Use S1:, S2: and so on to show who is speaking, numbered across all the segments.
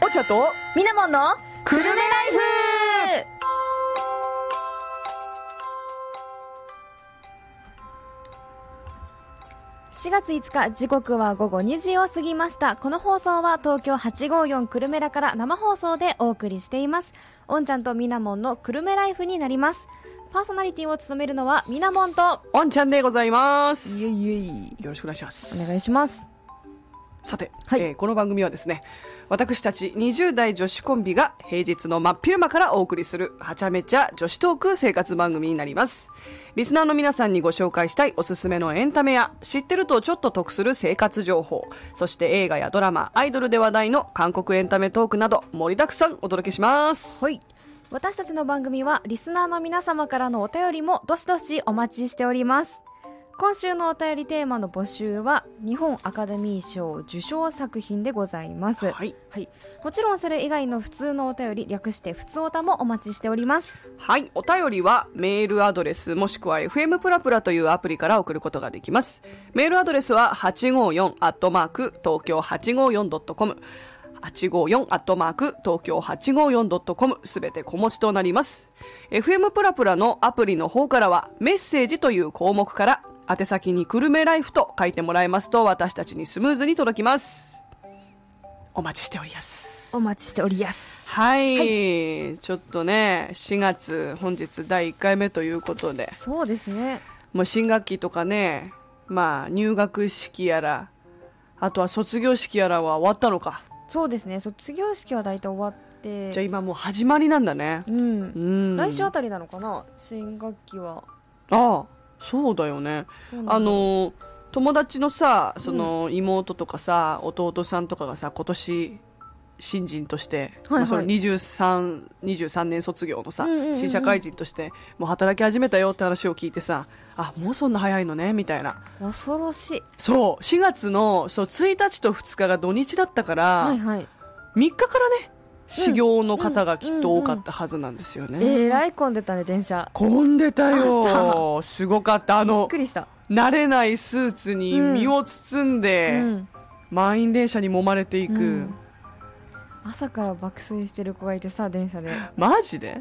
S1: ポチャと
S2: みなもんのくるめライフ4月5日時刻は午後2時を過ぎましたこの放送は東京854くるめらから生放送でお送りしていますおんちゃんとみなもんのくるめライフになりますパーソナリティを務めるのはみなもんと
S1: おんちゃんでございますよ
S2: えいえい
S1: ろしくお願いします
S2: お願いします
S1: さて、
S2: はい
S1: えーこの番組はですね私たち20代女子コンビが平日の真っ昼間からお送りするはちゃめちゃ女子トーク生活番組になりますリスナーの皆さんにご紹介したいおすすめのエンタメや知ってるとちょっと得する生活情報そして映画やドラマアイドルで話題の韓国エンタメトークなど盛りだくさんお届けします
S2: はい。私たちの番組はリスナーの皆様からのお便りもどしどしお待ちしております。今週のお便りテーマの募集は日本アカデミー賞受賞作品でございます。
S1: はい
S2: はい。もちろんそれ以外の普通のお便り略して普通おたもお待ちしております。
S1: はい、お便りはメールアドレスもしくは FM プラプラというアプリから送ることができます。メールアドレスは854アットマーク東京 854.com 854アットマーク東京 854.com すべて小文字となります。FM プラプラのアプリの方からはメッセージという項目から宛先に久留米ライフと書いてもらえますと私たちにスムーズに届きます。お待ちしております。
S2: お待ちしておりやす。
S1: はい、ちょっとね4月本日第1回目ということで
S2: そうですね。
S1: もう新学期とかねまあ入学式やらあとは卒業式やらは終わったのか、
S2: そうですね。卒業式は大体終わって。
S1: じゃあ今もう始まりなんだね
S2: うん
S1: う。ん
S2: 来週あ
S1: あ
S2: たりなのかな新学期は。
S1: あそうだよね
S2: どうなんだ
S1: あ
S2: ろう
S1: の友達のさその妹とかさ、弟さんとかがさ今年新人として、
S2: はいはい
S1: まあその 23, 23年卒業のさ、
S2: うんうんうんうん
S1: 新社会人としてもう働き始めたよって話を聞いてさあもうそんな早いのねみたいな
S2: 恐ろしい。
S1: そう4月のそう1日と2日が土日だったから、
S2: はいはい。
S1: 3日からね修行の方がきっと多かったはずなんですよね、
S2: えらい混んでたね電車
S1: 混んでたよすごかったあ
S2: びっ
S1: の
S2: くりした、
S1: 慣れないスーツに身を包ん
S2: う
S1: で、
S2: ん、
S1: 満員電車に揉まれていく、
S2: うん朝から爆睡してる子がいてさ 電車で
S1: マジ で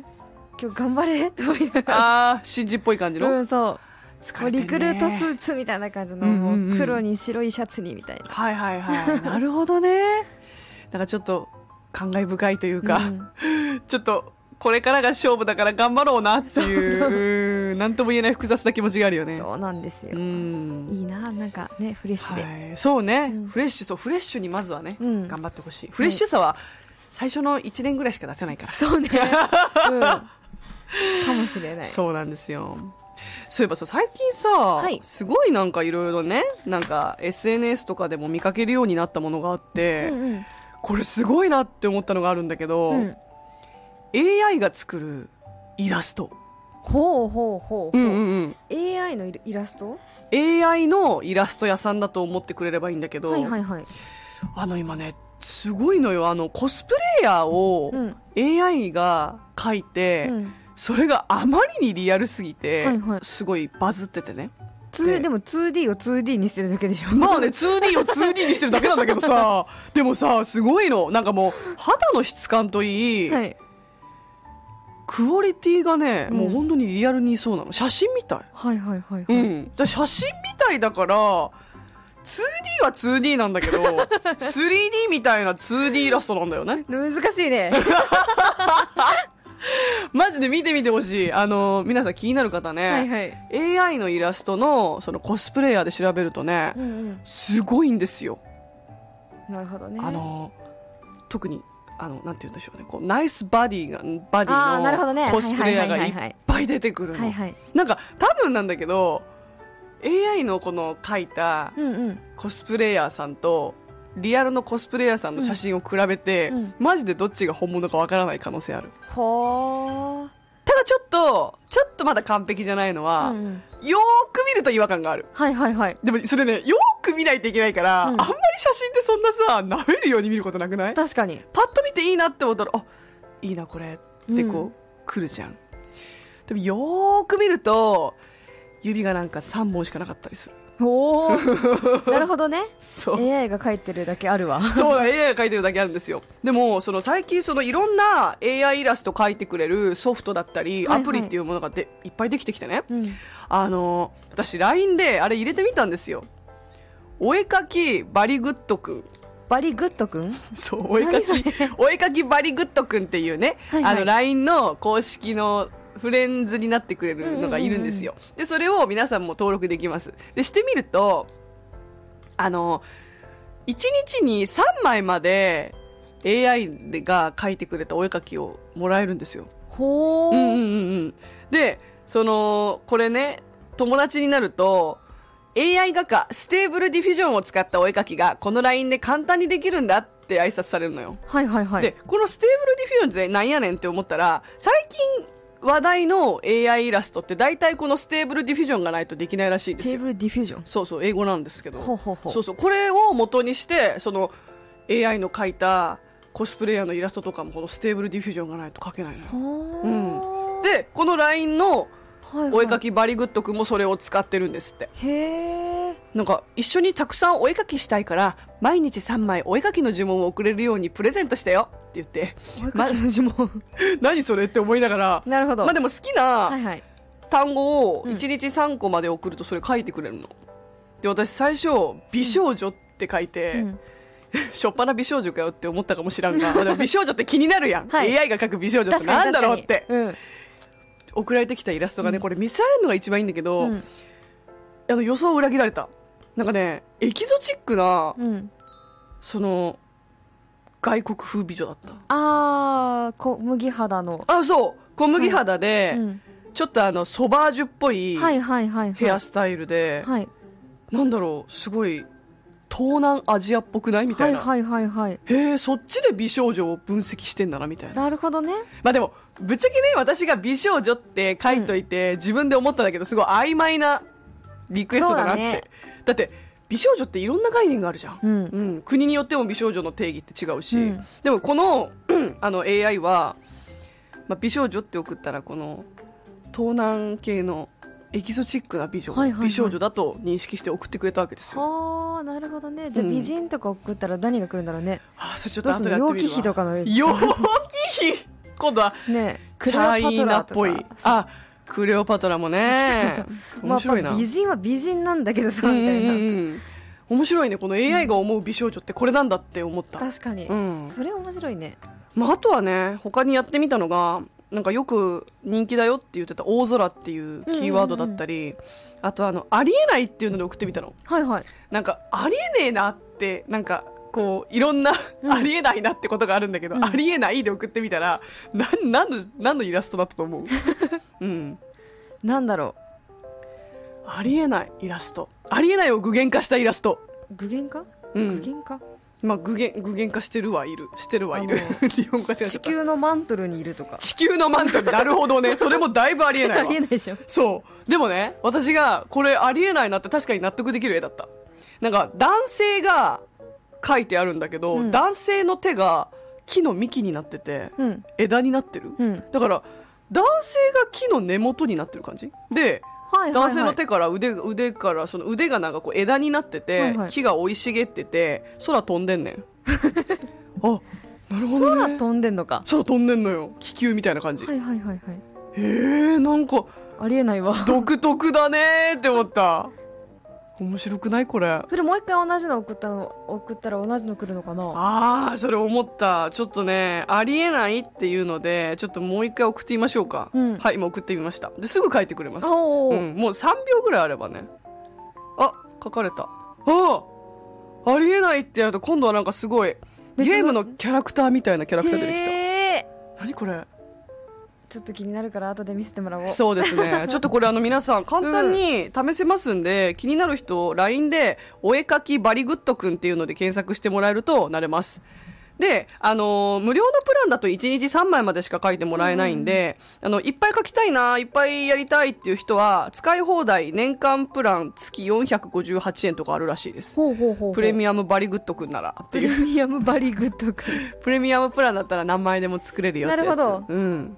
S2: 今日頑張れって思いなが
S1: ああ新人っぽい感じ
S2: ら
S1: の、
S2: うんそう
S1: 疲
S2: もう
S1: れてんね
S2: リクルートスーツみたいな感じの、
S1: うんうんうん
S2: もう黒に白いシャツにみたいな
S1: はいはい はいなるほどねなんかちょっと感慨深いというか、
S2: うん
S1: ちょっとこれからが勝負だから頑張ろうなっていううんなんとも言えない複雑な気持ちがあるよね
S2: そうなんですよ、
S1: ん
S2: いいななんかねフレッシュで、
S1: はい、そうね、
S2: うん
S1: フレッシュそうフレッシュにまずはね、
S2: うん
S1: 頑張ってほしいフレッシュさは最初の1年ぐらいしか出せないから
S2: そうね、うん、かもしれない
S1: そうなんですよ。そういえばさ最近さ、
S2: い
S1: すごいなんかいろいろねなんか SNS とかでも見かけるようになったものがあって、
S2: うんうん
S1: これすごいなって思ったのがあるんだけど、
S2: うん、
S1: AI が作るイラスト、
S2: ほうほうほうほう、
S1: うんうんう
S2: AI のイライラス
S1: ん、
S2: ト
S1: AI のイラスト屋さんだと思ってくれればいいんだけど、
S2: はいはいはい、
S1: あの今ねすごいのよあのコスプレイヤーを
S2: うん
S1: AI が描いて、
S2: うん、
S1: それがあまりにリアルすぎて、
S2: はいはい
S1: すごいバズっててね。
S2: 2でも 2D を 2D にしてるだけでしょ
S1: まあね 2D を 2D にしてるだけなんだけど さでもさすごいのなんかもう肌の質感といい、
S2: はい
S1: クオリティがね、
S2: うん
S1: もう本当にリアルにそうなの写真みたい、
S2: はいはいはいはい、
S1: うん、だ写真みたいだから 2D は 2D なんだ けど 3D みたいな 2D イラストなんだよね
S2: 難しいね
S1: マジで見てみてほしいあの皆さん気になる方ね、
S2: はいはい、
S1: AI のイラストのそのコスプレイヤーで調べるとね
S2: うんうん、
S1: すごいんですよ
S2: なるほどね
S1: あの特にあのなんて言うんでしょうねこうナイスバディがバデ
S2: あーなるほど
S1: ィ
S2: ね
S1: のコスプレイヤーが
S2: はい
S1: い
S2: はいはいはい
S1: っぱい出てくる
S2: は
S1: の
S2: いはい
S1: なんか多分なんだけど AI のこの描いた
S2: うんうん
S1: コスプレイヤーさんとリアルのコスプレイヤーさんの写真を比べて、
S2: うんうん
S1: マジでどっちが本物かわからない可能性ある
S2: ほ
S1: ただちょっとちょっとまだ完璧じゃないの
S2: ー、
S1: は、
S2: うんうん、
S1: よーく見ると違和感がある
S2: はいはいはい
S1: でもそれねよーく見ないといけないから、
S2: うん
S1: あんまり写真ってそんなさなめるように見ることなくない
S2: 確かに
S1: パッと見ていいなって思ったらあいいなこれってこう、
S2: うん
S1: 来るじゃんでもよーく見ると指がなんか3本しかなかったりする
S2: おお なるほどね
S1: そう
S2: AI が書いてるだけあるわ
S1: そうだ AI が書いてるだけあるんですよでもその最近そのいろんな AI イラスト書いてくれるソフトだったり
S2: はいは
S1: ア
S2: い
S1: プリっていうものがで、いっぱいできてきてね、
S2: うん
S1: あの私 LINE であれ入れてみたんですよお絵描きバリグッドくん
S2: バリグッドくん
S1: そうお絵描
S2: 何
S1: きお絵描きバリグッドくんっていうね、
S2: はいはい
S1: あの LINE の公式のフレンズになってくれるのがいるんですよ、でそれを皆さんも登録できますでしてみるとあの1日に3枚まで AI が描いてくれたお絵描きをもらえるんですよ
S2: ほ
S1: うんうん
S2: ー
S1: うんうん。で、その、これね、友達になると、AI 画家、ステーブルディフュージョンを使ったお絵描きが、この LINE で簡単にできるんだって挨拶されるのよ。
S2: はいはいはい
S1: で、このステーブルディフュージョンってなんやねんって思ったら、最近話題の AI イラストって大体このステーブルディフュージョンがないとできないらしいで
S2: テ
S1: す
S2: ー
S1: よ。
S2: ブルディフュージョン
S1: そうそう、英語なんですけど。
S2: ほうほうほう
S1: そうそう、これを元にして、その AI の描いたコスプレイヤーのイラストとかもこのステーブルディフュージョンがないと描けないのよ。
S2: ほ
S1: う
S2: ー
S1: でこの LINE の
S2: はいはい
S1: お絵描きバリグッドくんもそれを使ってるんですって
S2: へえ
S1: なんか一緒にたくさんお絵描きしたいから毎日3枚お絵描きの呪文を送れるようにプレゼントしたよって言って
S2: お絵描きの呪文
S1: 何それって思いながら
S2: なるほど
S1: まあでも好き
S2: はい
S1: な
S2: はい
S1: 単語を
S2: うん
S1: 1日3個まで送るとそれ書いてくれるので私最初美少女って書いて、
S2: うん
S1: しょっぱな美少女かよって思ったかもしら んがまあでも美少女って気になるやん、
S2: はい
S1: AI が書く美少女って
S2: 確か
S1: なん
S2: に
S1: だろうっ
S2: 確か
S1: て
S2: にうん
S1: 送られてきたイラストがね、これ見せられるのが一番いいんだけど、
S2: うん
S1: あの予想を裏切られたなんかねエキゾチックな、
S2: うん
S1: その外国風美女だった
S2: あーこ麦肌の
S1: あそう小麦肌で、
S2: うん
S1: ちょっとあのソバージュっぽい
S2: はいはいはいはい
S1: ヘアスタイルで、
S2: はい
S1: なんだろうすごい東南アジアっぽくないみた
S2: はいい
S1: な、
S2: はいはいはい
S1: へえそっちで美少女を分析してんだなみたいな
S2: なるほどね
S1: まあでもぶっちゃけね私が美少女って書いといて、自分で思ったんだけどすごい曖昧なリクエストだなって
S2: そうだね
S1: だって美少女っていろんな概念があるじゃん
S2: うん
S1: うん、国によっても美少女の定義って違うし、
S2: うん
S1: でもこの あの AI は、まあ、美少女って送ったらこの東南系のエキゾチックな美女、
S2: はいはいはい
S1: 美少女だと認識して送ってくれたわけですよ
S2: はあなるほどねじゃあ
S1: うん
S2: 美人とか送ったら何が来るんだろうね、
S1: あそれちょっ
S2: ど
S1: と
S2: う
S1: 後
S2: すん
S1: で
S2: の
S1: やって
S2: 楊
S1: み
S2: 貴
S1: るわ
S2: 妃とかの
S1: 陽気妃今度は
S2: ね ク
S1: チ
S2: レオパ
S1: ャ
S2: ト
S1: イ
S2: ラ
S1: ナっ
S2: と
S1: ぽ
S2: か
S1: いあクレオパトラも ね面
S2: まあや
S1: 白
S2: っ
S1: いな、
S2: ぱ美人は美人なんだけどさ
S1: う
S2: み
S1: んうん
S2: た
S1: う
S2: いな、
S1: んうん面白いねこの AI が思う美少女ってこれなんだって思った、
S2: 確かに、
S1: うん、
S2: それ面白いね
S1: まあ、あとはね他にやってみたのがなんかよく人気だよって言ってた大空っていうキーワードだったり、あとあのありえないっていうので送ってみたの
S2: はいはい
S1: なんかありえねえなってなんかこういろんな
S2: うん
S1: ありえないなってことがあるんだけど、
S2: うん
S1: ありえないで送ってみたらなんなんのなんのイラストだったと思う、う ん、
S2: なんだろ
S1: ありえないイラストありえないを具現化したイラスト、
S2: う具現化、
S1: う
S2: 具
S1: ん
S2: 現化
S1: まあ、具現具現化してるはいるしてるはいる
S2: あ の
S1: 日本語が違っちゃった
S2: 地球のマントルにいるとか
S1: 地球のマントルなるほどねそれもだいぶありえない
S2: あ
S1: わ
S2: りえないでしょ
S1: そう。でもね、私が、これありえないなって確かに納得できる絵だった。なんか、男性が描いてあるんだけど、
S2: うん
S1: 男性の手が木の幹になってて、
S2: うん
S1: 枝になってる。
S2: うん
S1: だから、男性が木の根元になってる感じで、
S2: はいはい、はい、
S1: 男性の手から腕、腕から、その腕がなんかこう枝になってて、
S2: はいはい
S1: 木が生い茂ってて、空飛んでん ねん。あ、なるほど、ね。
S2: 空飛んでんのか
S1: 空飛んでんのよ。気球みたいな感じ。
S2: はいはいはいはい
S1: へえ、なんか、
S2: ありえな いわ
S1: 独特だねーって思った面白くないこれあ
S2: それもう一回同じの送ったの送ったら同じの来るのかな
S1: あーそれ思ったちょっとねありえないっていうのでちょっともう一回送ってみましょうか、
S2: うん
S1: はい今送ってみましたですぐ書いてくれます、
S2: おお、
S1: うん、もう3秒ぐらいあればねあ書かれたああありえないってやると今度はなんかすごい
S2: 別の
S1: ゲームのキャラクターみたいなキャラクター出てきた
S2: へえ
S1: 何これ
S2: ちょっと気になるから後で見せてもらおう
S1: そうです ね。ちょっとこれあの皆さん簡単に試せますんで、気になる人、LINE で、お絵描きバリグッドくんっていうので検索してもらえるとなれます。で、あのー無料のプランだと1日3枚までしか書いてもらえないんで、あの、いっぱい書きたいな、いっぱいやりたいっていう人は、使い放題年間プラン月458円とかあるらしいです。
S2: ほうほうほうほう
S1: プレミアムバリグッドくんならって
S2: プ
S1: い
S2: レ
S1: う。
S2: ミアムバリグッドくん
S1: プレミアムプランだったら何枚でも作れるよってやつ
S2: なるほど
S1: うん。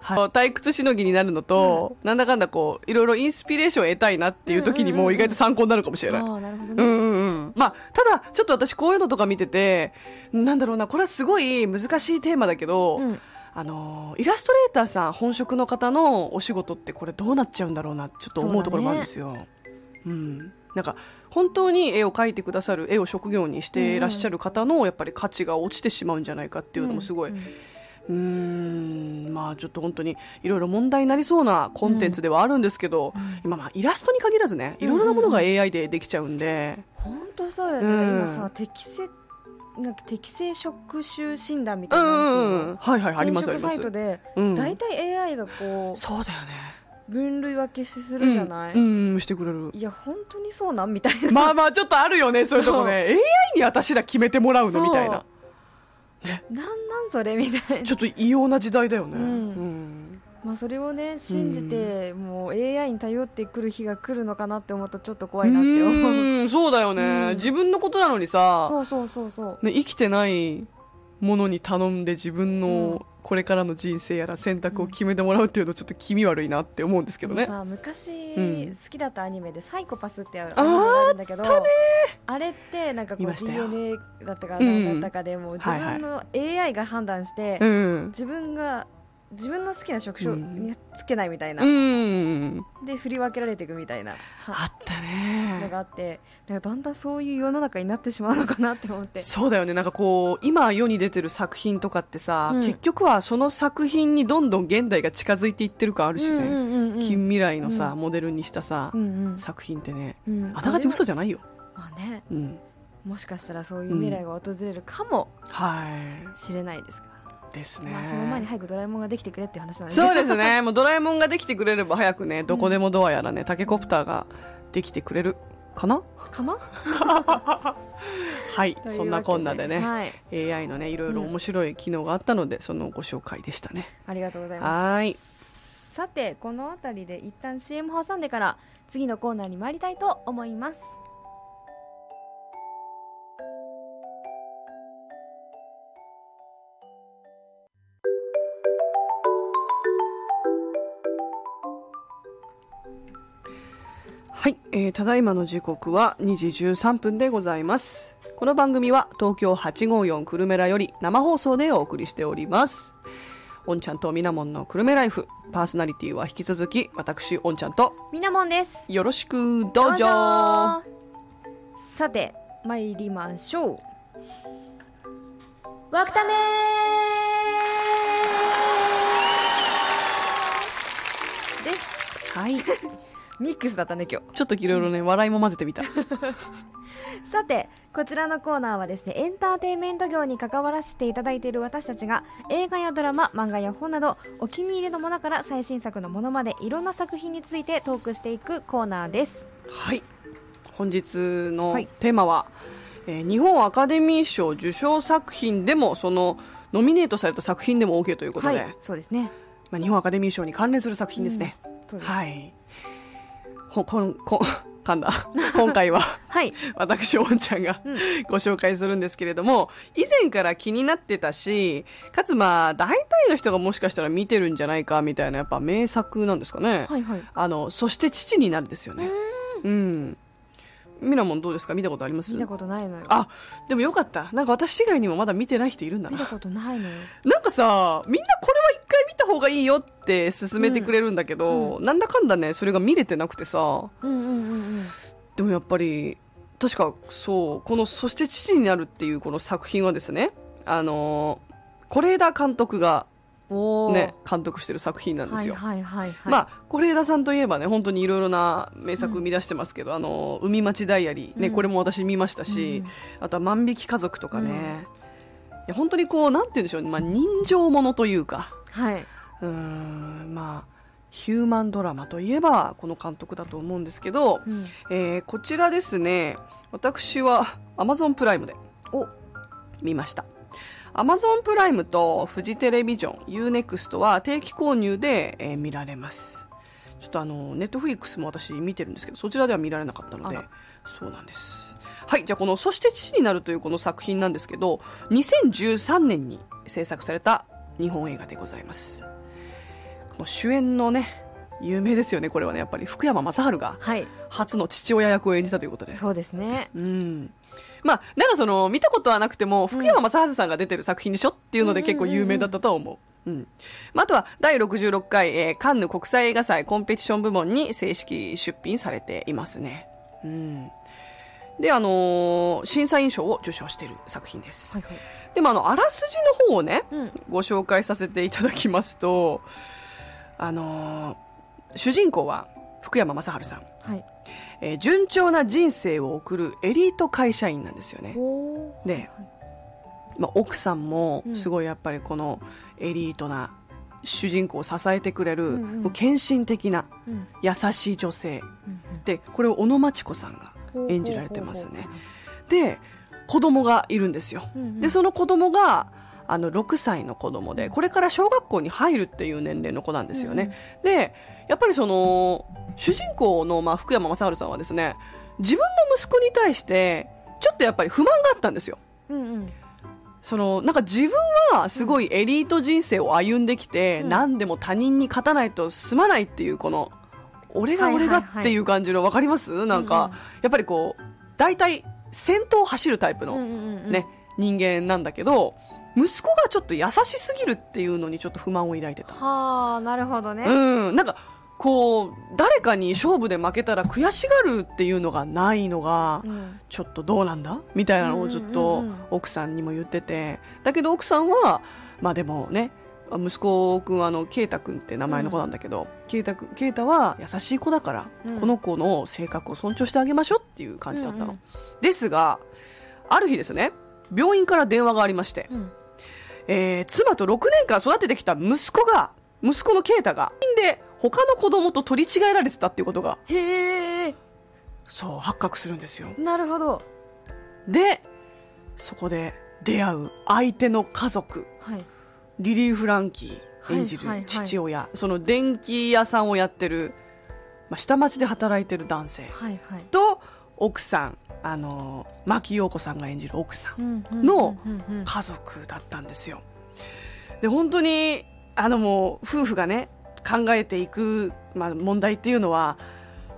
S1: はい、退屈しのぎになるのと、なんだかんだこういろいろインスピレーションを得たいなっていう時に
S2: うんうん
S1: も
S2: うん
S1: 意外と参考になるかもしれない。
S2: ああ、なるほど
S1: う
S2: ね。
S1: んうんうんまあ、ただ、ちょっと私こういうのとか見てて、なんだろうな、これはすごい難しいテーマだけど、
S2: うん
S1: あのーイラストレーターさん本職の方のお仕事ってこれどうなっちゃうんだろうなちょっと思うところもあるんですよ。うん、なんか本当に絵を描いてくださる絵を職業にしていらっしゃる方のやっぱり価値が落ちてしまうんじゃないかっていうのもすごい、う
S2: うんうん
S1: ーんまあちょっと本当にいろいろ問題になりそうなコンテンツではあるんですけど、今まあイラストに限らずねいろいろなものが AI でできちゃうんで、
S2: 本当そうよね、
S1: うん
S2: 今さ適正なんか適正職種診断みた
S1: う
S2: い
S1: ん
S2: な
S1: うんうん
S2: の
S1: はいはいあります
S2: 転
S1: あり
S2: 職
S1: ま
S2: サイ
S1: す
S2: トで
S1: うん
S2: 大体 AI がこ
S1: そうだよね
S2: う分類分けするじゃない、
S1: うんうんしてくれる
S2: いや本当にそうなんみたい な、
S1: まあまあちょっとあるよねそういうとこね AI に私ら決めてもらうの
S2: そう
S1: みたいな
S2: なんなんそれみたいな
S1: ちょっと異様な時代だよね、
S2: うん
S1: うん
S2: まあそれをね信じて、もう AI に頼ってくる日が来るのかなって思うとちょっと怖いなって思う
S1: うんそうだよね、
S2: うん
S1: 自分のことなのにさ、
S2: そうそうそうそう
S1: ね、生きてないものに頼んで自分のこれからの人生やら選択を決めてもらうっていうのちょっと気味悪いなって思うんですけど
S2: でも
S1: ね
S2: さ昔、
S1: うん
S2: 好きだったアニメで「サイコパス」ってある
S1: あー
S2: アニメがあるんだけどあれってなんかこ
S1: 見
S2: う
S1: ましたよ
S2: DNA だったか
S1: うんうん
S2: 何だったかでもう自分の AI が判断して、
S1: うん
S2: 自分が自分の好きな職種
S1: うん
S2: につけないみたいな、
S1: うん
S2: で振り分けられていくみたいなは
S1: あった
S2: の
S1: ね
S2: があってなんかだんだんそういう世の中になってしまうのかなって思って。
S1: そうだよねなんかこう今世に出てる作品とかってさ、
S2: うん
S1: 結局はその作品にどんどん現代が近づいていってる感あるしね、
S2: うんうんうん
S1: 近未来のさ、
S2: う
S1: モデルにしたさ、
S2: うんうん
S1: 作品ってね
S2: うん
S1: あながち嘘じゃないよ、
S2: まあね、
S1: うん、
S2: もしかしたらそういう未来が訪れるかも
S1: は
S2: しれないですから、
S1: いですね、
S2: まあ、その前に早くドラえもんができてくれっていう話なんで
S1: そうです ねもうドラえもんができてくれれば早くねどこでもドアやらねタケコプターができてくれるかな
S2: かな
S1: はい
S2: というわけで
S1: そんなこんなでね、
S2: はい、
S1: AI のねいろいろ面白い機能があったので、そのご紹介でしたね
S2: ありがとうございま
S1: はーい
S2: すさてこの辺りで一旦 CM 挟んでから次のコーナーに参りたいと思います
S1: はい、えーただいまの時刻は2時13分でございますこの番組は東京854久留米らより生放送でお送りしておりますおんちゃんとみなもんの久留米ライフパーソナリティは引き続き私おんちゃんと
S2: みなもんです
S1: よろしくどうぞ
S2: どうぞさて参りましょうワクタメです
S1: はい
S2: ミックスだったね今日
S1: ちょっといろいろね笑いも混ぜてみ た
S2: さてこちらのコーナーはですねエンターテインメント業に関わらせていただいている私たちが映画やドラマ漫画や本などお気に入りのものから最新作のものまでいろんな作品についてトークしていくコーナーです
S1: はい本日の
S2: はい
S1: テーマは、えー日本アカデミー賞受賞作品でもそのノミネートされた作品でも OK ということ
S2: は
S1: で、
S2: いそうですね
S1: まあ、日本アカデミー賞に関連する作品ですね、
S2: そうです
S1: はい。ほ、こん、こん、噛 んだ。 今回は、
S2: はい
S1: 私、おんちゃんが
S2: うん
S1: ご紹介するんですけれども、以前から気になってたし、かつまあ、大体の人がもしかしたら見てるんじゃないか、みたいな、やっぱ名作なんですかね。
S2: はいはい
S1: あの、そして父になるですよね。うん。みなもんどうですか見たことあります
S2: 見たことないのよ
S1: あ、でもよかった。なんか私以外にもまだ見てない人いるんだ
S2: 見
S1: な
S2: た。ことな いのよ
S1: なんかさ、みんなこれは一回見た方がいいよって勧めてくれるんだけど、なんだかんだね、それが見れてなくてさ、
S2: うんうんうんうん
S1: でもやっぱり確かそうこの「そして父になる」っていうこの作品はですねあのー是枝監督が、
S2: おー
S1: ね、監督してる作品なんで
S2: は
S1: す
S2: い
S1: よ、
S2: はいはいはい
S1: まあ是枝さんといえばね本当にいろいろな名作生み出してますけど「あのー海町ダイアリー、ね」
S2: うん
S1: これも私見ましたし、あとは「万引き家族」とかね、いや本当にこうなんて言うんでしょう、まあ、人情ものというか
S2: はい、
S1: うーんまあヒューマンドラマといえばこの監督だと思うんですけど、
S2: うん、
S1: えーこちらですね私は Amazon プライムで
S2: お
S1: 見ました Amazon プライムとフジテレビジョン UNEXT は定期購入で、えー見られますちょっとあのネットフリックスも私見てるんですけどそちらでは見られなかったので
S2: あら
S1: そうなんですはいじゃあこの「そして父になる」というこの作品なんですけど2013年に制作された日本映画でございますこの主演のね、有名ですよね、これはね、やっぱり福山雅治が
S2: はい
S1: 初の父親役を演じたということで。
S2: そうですね
S1: うん。まあ、なんかその、見たことはなくても、福山雅治さんが出てる作品でしょっていうので結構有名だったとは思う。うん。まあ、あとは、第66回、えーカンヌ国際映画祭コンペティション部門に正式出品されていますね。うん。で、あのー審査員賞を受賞している作品です。
S2: はいはい
S1: でもあのあらすじの方をね、
S2: うん
S1: ご紹介させていただきますと、あのー主人公は福山雅治さん、
S2: はい
S1: えー順調な人生を送るエリート会社員なんですよね。
S2: おー
S1: で、まあ、奥さんも
S2: うん
S1: すごいやっぱりこのエリートな主人公を支えてくれる、
S2: うんうん
S1: もう献身的な
S2: うんうん
S1: 優しい女性
S2: うん
S1: でこれを小野真知子さんが
S2: ほう
S1: 演じられてますね。で子供がいるんですよ。
S2: うんうん
S1: でその子供があの6歳の子供でこれから小学校に入るっていう年齢の子なんですよね、でやっぱりその主人公の、まあ、福山雅治さんはですね自分の息子に対してちょっとやっぱり不満があったんですよ
S2: うんうん
S1: そのなんか自分はすごいエリート人生を歩んできて、
S2: うん
S1: 何でも他人に勝たないと済まないっていうこの俺が俺が
S2: はいはいはい
S1: っていう感じの分かりますなんか、
S2: うんうん
S1: やっぱりこう大体先頭を走るタイプの、
S2: うんうんうんうん
S1: ね、人間なんだけど息子がちょっと優しすぎるっていうのにちょっと不満を抱いてた、
S2: はあなるほどね
S1: うん、なんかこう誰かに勝負で負けたら悔しがるっていうのがないのが、
S2: うん
S1: ちょっとどうなんだみたいなのをずっ
S2: う
S1: と
S2: んうんうんうん
S1: 奥さんにも言っててだけど奥さんはまあでもね息子くんはあの圭太くんって名前の子なんだけど圭太、くん圭太は優しい子だから、
S2: うん
S1: この子の性格を尊重してあげましょうっていう感じだったの、
S2: うんうん
S1: ですがある日ですね病院から電話がありまして、
S2: うん
S1: えー妻と6年間育ててきた息子が息子の圭太が病院で他の子供と取り違えられてたっていうことが
S2: へえ
S1: そう発覚するんですよ
S2: なるほど
S1: でそこで出会う相手の家族
S2: はい
S1: リリー・フランキー演じる
S2: はいはいはい
S1: 父親、その電気屋さんをやってる、まあ、下町で働いてる男性
S2: はいはい
S1: と奥さんあの牧陽子さんが演じる奥さんの
S2: の
S1: 家族だったんですよで本当にあのもう夫婦がね考えていく、まあ、問題っていうのは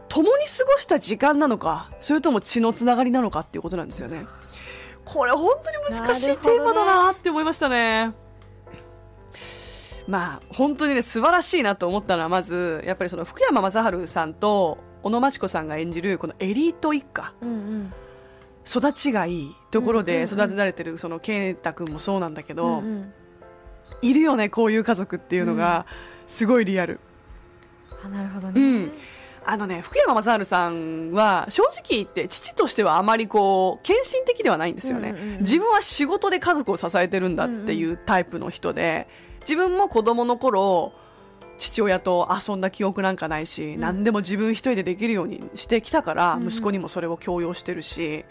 S1: 共に過ごした時間なのかそれとも血のつながりなのかっていうことなんですよねこれ本当に難しいテーマだなって思いましたねまあ本当にね素晴らしいなと思ったのはまずやっぱりその福山雅治さんと小野真知子さんが演じるこのエリート一家
S2: うん
S1: 育ちがいいところ
S2: うんうん
S1: で
S2: うん
S1: 育てられてるその健太君もそうなんだけ
S2: う
S1: ど、
S2: んうん
S1: いるよねこういう家族っていうのがすごいリアル、
S2: あなるほど
S1: う
S2: ね
S1: んあのね福山雅治さんは正直言って父としてはあまりこう献身的ではないんですよね、
S2: うんうんうん
S1: 自分は仕事で家族を支えてるんだっていうタイプの人で自分も子供の頃父親と遊んだ記憶なんかないし、
S2: うん
S1: 何でも自分一人でできるようにしてきたから、
S2: うんうん
S1: 息子にもそれを強要してるし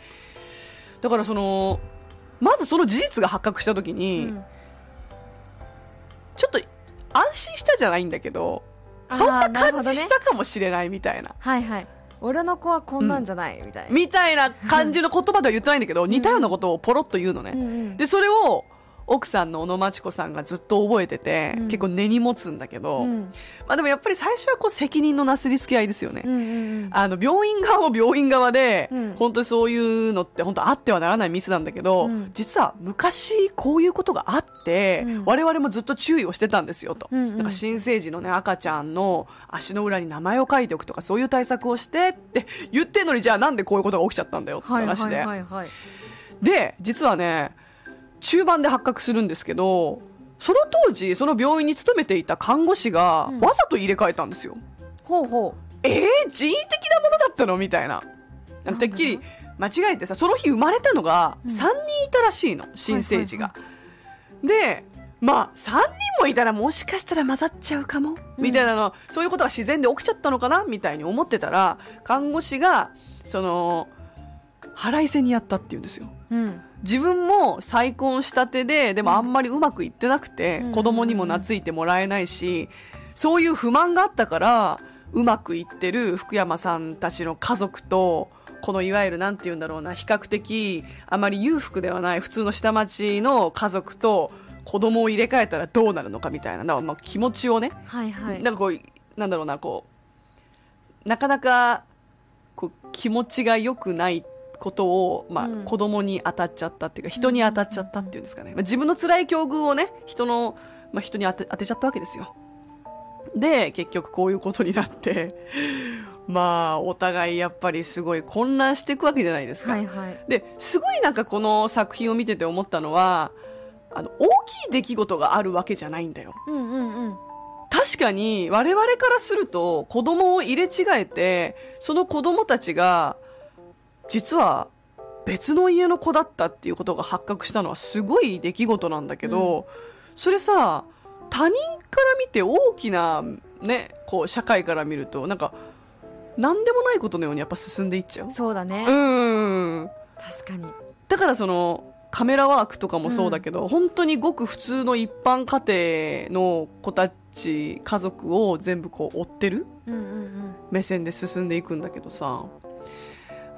S1: だからそのまずその事実が発覚した時
S2: う
S1: に、
S2: ん
S1: ちょっと安心したじゃないんだけど、
S2: あー
S1: そんな
S2: なる
S1: 感
S2: ほどね
S1: じしたかもしれないみたいな。
S2: はいはい俺の子はこんなんじゃないみたいな
S1: みたいな感じの言葉では言ってないんだけど、
S2: ん
S1: 似たようなことをポロッと言うのね。
S2: うんうん
S1: で、それを、奥さんの小野真知子さんがずっと覚えてて、
S2: うん
S1: 結構根に持つんだけど、
S2: うん
S1: まあでもやっぱり最初はこう責任のなすりつけ合いですよね。
S2: うんうん
S1: あの、病院側も病院側で、
S2: うん
S1: 本当にそういうのって本当あってはならないミスなんだけど、
S2: うん
S1: 実は昔こういうことがあって、
S2: うん
S1: 我々もずっと注意をしてたんですよと。
S2: うんうん
S1: なんか新生児のね、赤ちゃんの足の裏に名前を書いておくとかそういう対策をしてって言ってんのに、じゃあなんでこういうことが起きちゃったんだよって
S2: はいは
S1: 話で。
S2: いはいはい
S1: で、実はね、中盤で発覚するんですけど、その当時、その病院に勤めていた看護師が、
S2: うん
S1: わざと入れ替えたんですよ。
S2: ほうほ
S1: えー、人為的なものだったのみたいな
S2: なんだ
S1: てっきり間違えてさその日生まれたのが
S2: う
S1: 3
S2: ん
S1: 人いたらしいの、新生児が、でまあ3人もいたらもしかしたら混ざっちゃうかも、みたいなのそういうことが自然で起きちゃったのかなみたいに思ってたら看護師がその腹いせにやったっていうんですよ
S2: ううん
S1: 自分も再婚したてででもあんまりうまくいってなくて、
S2: うん
S1: 子供にも懐いてもらえないし、そういう不満があったからうまくいってる福山さんたちの家族とこのいわゆるなんて言うんだろうな比較的あまり裕福ではない普通の下町の家族と子供を入れ替えたらどうなるのかみたいな、なんかまあ、気持ちをね、
S2: はいはい
S1: なんかこう、なんだろうな、こう、なかなか、こう、気持ちが良くないことを、まあ、
S2: うん
S1: 子供に当たっちゃったっていうか、人に当たっちゃったっていうんですかね。まあ、自分の辛い境遇をね、人の、まあ、人に当て当てちゃったわけですよ。で、結局こういうことになって、 まあ、お互いやっぱりすごい混乱していくわけじゃないですか。
S2: はいはい
S1: ですごいなんかこの作品を見てて思ったのはあの大きい出来事があるわけじゃないんだよ
S2: うんうんうん
S1: 確かに我々からすると子供を入れ違えてその子供たちが実は別の家の子だったっていうことが発覚したのはすごい出来事なんだけど、それさ他人から見て大きなねこう社会から見るとなんか何でもないことのようにやっぱ進んでいっちゃう
S2: そうだね、
S1: うん
S2: 確かに
S1: だからそのカメラワークとかもそうだけど、本当にごく普通の一般家庭の子たち家族を全部こう追ってる
S2: うんうん
S1: 目線で進んでいくんだけどさ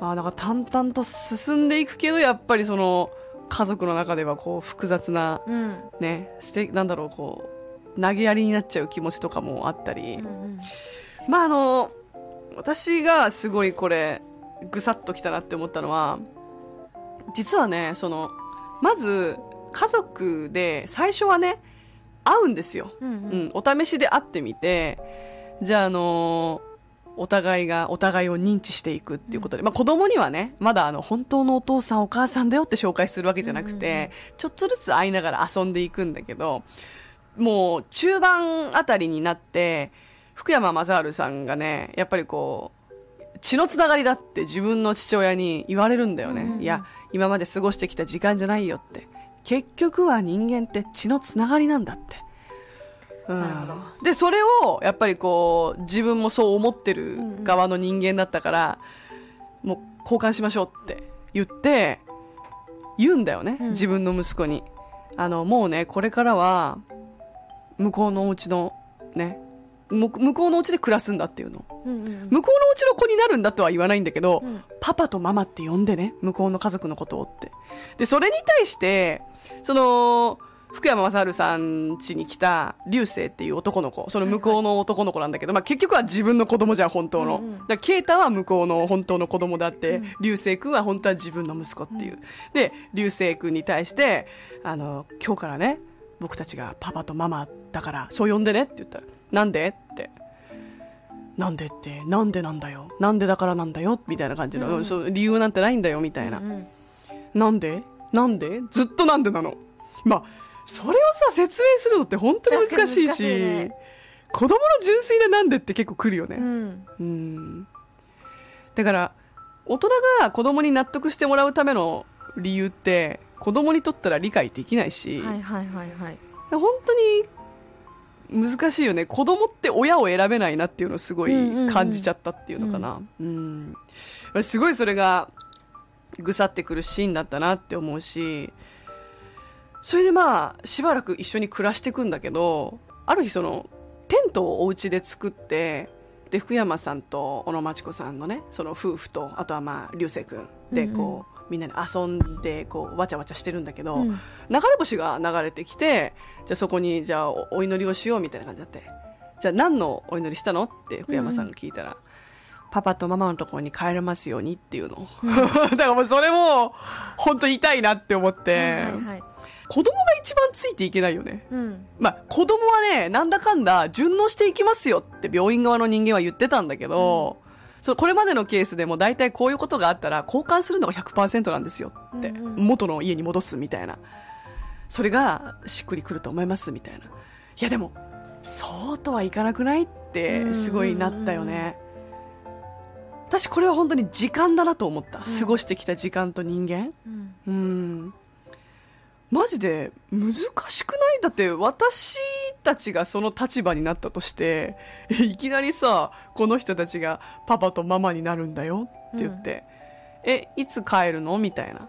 S1: あーなんか淡々と進んでいくけどやっぱりその家族の中ではこう複雑な
S2: うんうん
S1: ね捨てなんだろうこう投げやりになっちゃう気持ちとかもあったり、
S2: うんうん
S1: まああの私がすごいこれぐさっときたなって思ったのは実はねそのまず家族で最初はね会うんですよ、
S2: うん
S1: うん、お試しで会ってみてじゃああのお互いがお互いを認知していくっていうことで、まあ、子供にはねまだあの本当のお父さんお母さんだよって紹介するわけじゃなくて、
S2: うんうんうん
S1: ちょっとずつ会いながら遊んでいくんだけどもう中盤あたりになって福山雅治さんがねやっぱりこう血のつながりだって自分の父親に言われるんだよね、
S2: うんうん
S1: いや今まで過ごしてきた時間じゃないよって結局は人間って血のつながりなんだって。うん
S2: なるほ
S1: でそれをやっぱりこう自分もそう思ってる側の人間だったから、もう交換しましょうって言って言うんだよね、
S2: うん
S1: 自分の息子にあのもうねこれからは向こうのお家のねむ向こうのお家で暮らすんだっていうの
S2: うんうん
S1: 向こうのお家の子になるんだとは言わないんだけど、
S2: うん
S1: パパとママって呼んでね向こうの家族のことをってでそれに対してその福山雅治さん家に来た流星っていう男の子その向こうの男の子なんだけど、まあ、結局は自分の子供じゃん本当の、
S2: うんう
S1: だ
S2: ん
S1: から啓太は向こうの本当の子供だって、
S2: うん
S1: 流星君は本当は自分の息子っていう、で流星君に対してあの今日からね僕たちがパパとママだからそう呼んでねって言ったらなんでってなんでってなんでなんだよなんでだからなんだよみたいな感じの、
S2: うんうん
S1: そう理由なんてないんだよみたいな、
S2: うんうん
S1: なんでなんでずっとなんでなのまあそれをさ説明するのって本当に難しいし
S2: 確かに難しいね
S1: 子供の純粋ななんでって結構くるよね、
S2: うん
S1: うんだから大人が子供に納得してもらうための理由って子供にとったら理解できないし、
S2: はいはいはいはい
S1: 本当に難しいよね子供って親を選べないなっていうのをすごい
S2: うんうんうん
S1: 感じちゃったっていうのかなうんすごいそれがぐさってくるシーンだったなって思うしそれでまあしばらく一緒に暮らしていくんだけどある日そのテントをお家で作ってで福山さんと小野真知子さんのねその夫婦とあとはまあ流星君でこう、みんなで遊んでこうわちゃわちゃしてるんだけど、
S2: うん
S1: 流れ星が流れてきてじゃあそこにじゃあおお祈りをしようみたいな感じになってじゃあ何のお祈りしたのって福山さんが聞いたら、パパとママのところに帰れますようにっていうの、だからもうそれも本当痛いなって思って、
S2: はいはいはい
S1: 子供が一番ついていけないよね
S2: うん
S1: まあ子供はねなんだかんだ順応していきますよって病院側の人間は言ってたんだけど、そうこれまでのケースでも大体こういうことがあったら交換するのが100%なんですよって、
S2: うんうん
S1: 元の家に戻すみたいなそれがしっくりくると思いますみたいないやでもそうとはいかなくないっ
S2: うんうんう
S1: て
S2: ん
S1: すごいなったよね、私これは本当に時間だなと思った、過ごしてきた時間と人間
S2: うん
S1: うんマジで難しくないだって私たちがその立場になったとして いきなりさこの人たちがパパとママになるんだよって言って、えいつ帰るのみたいな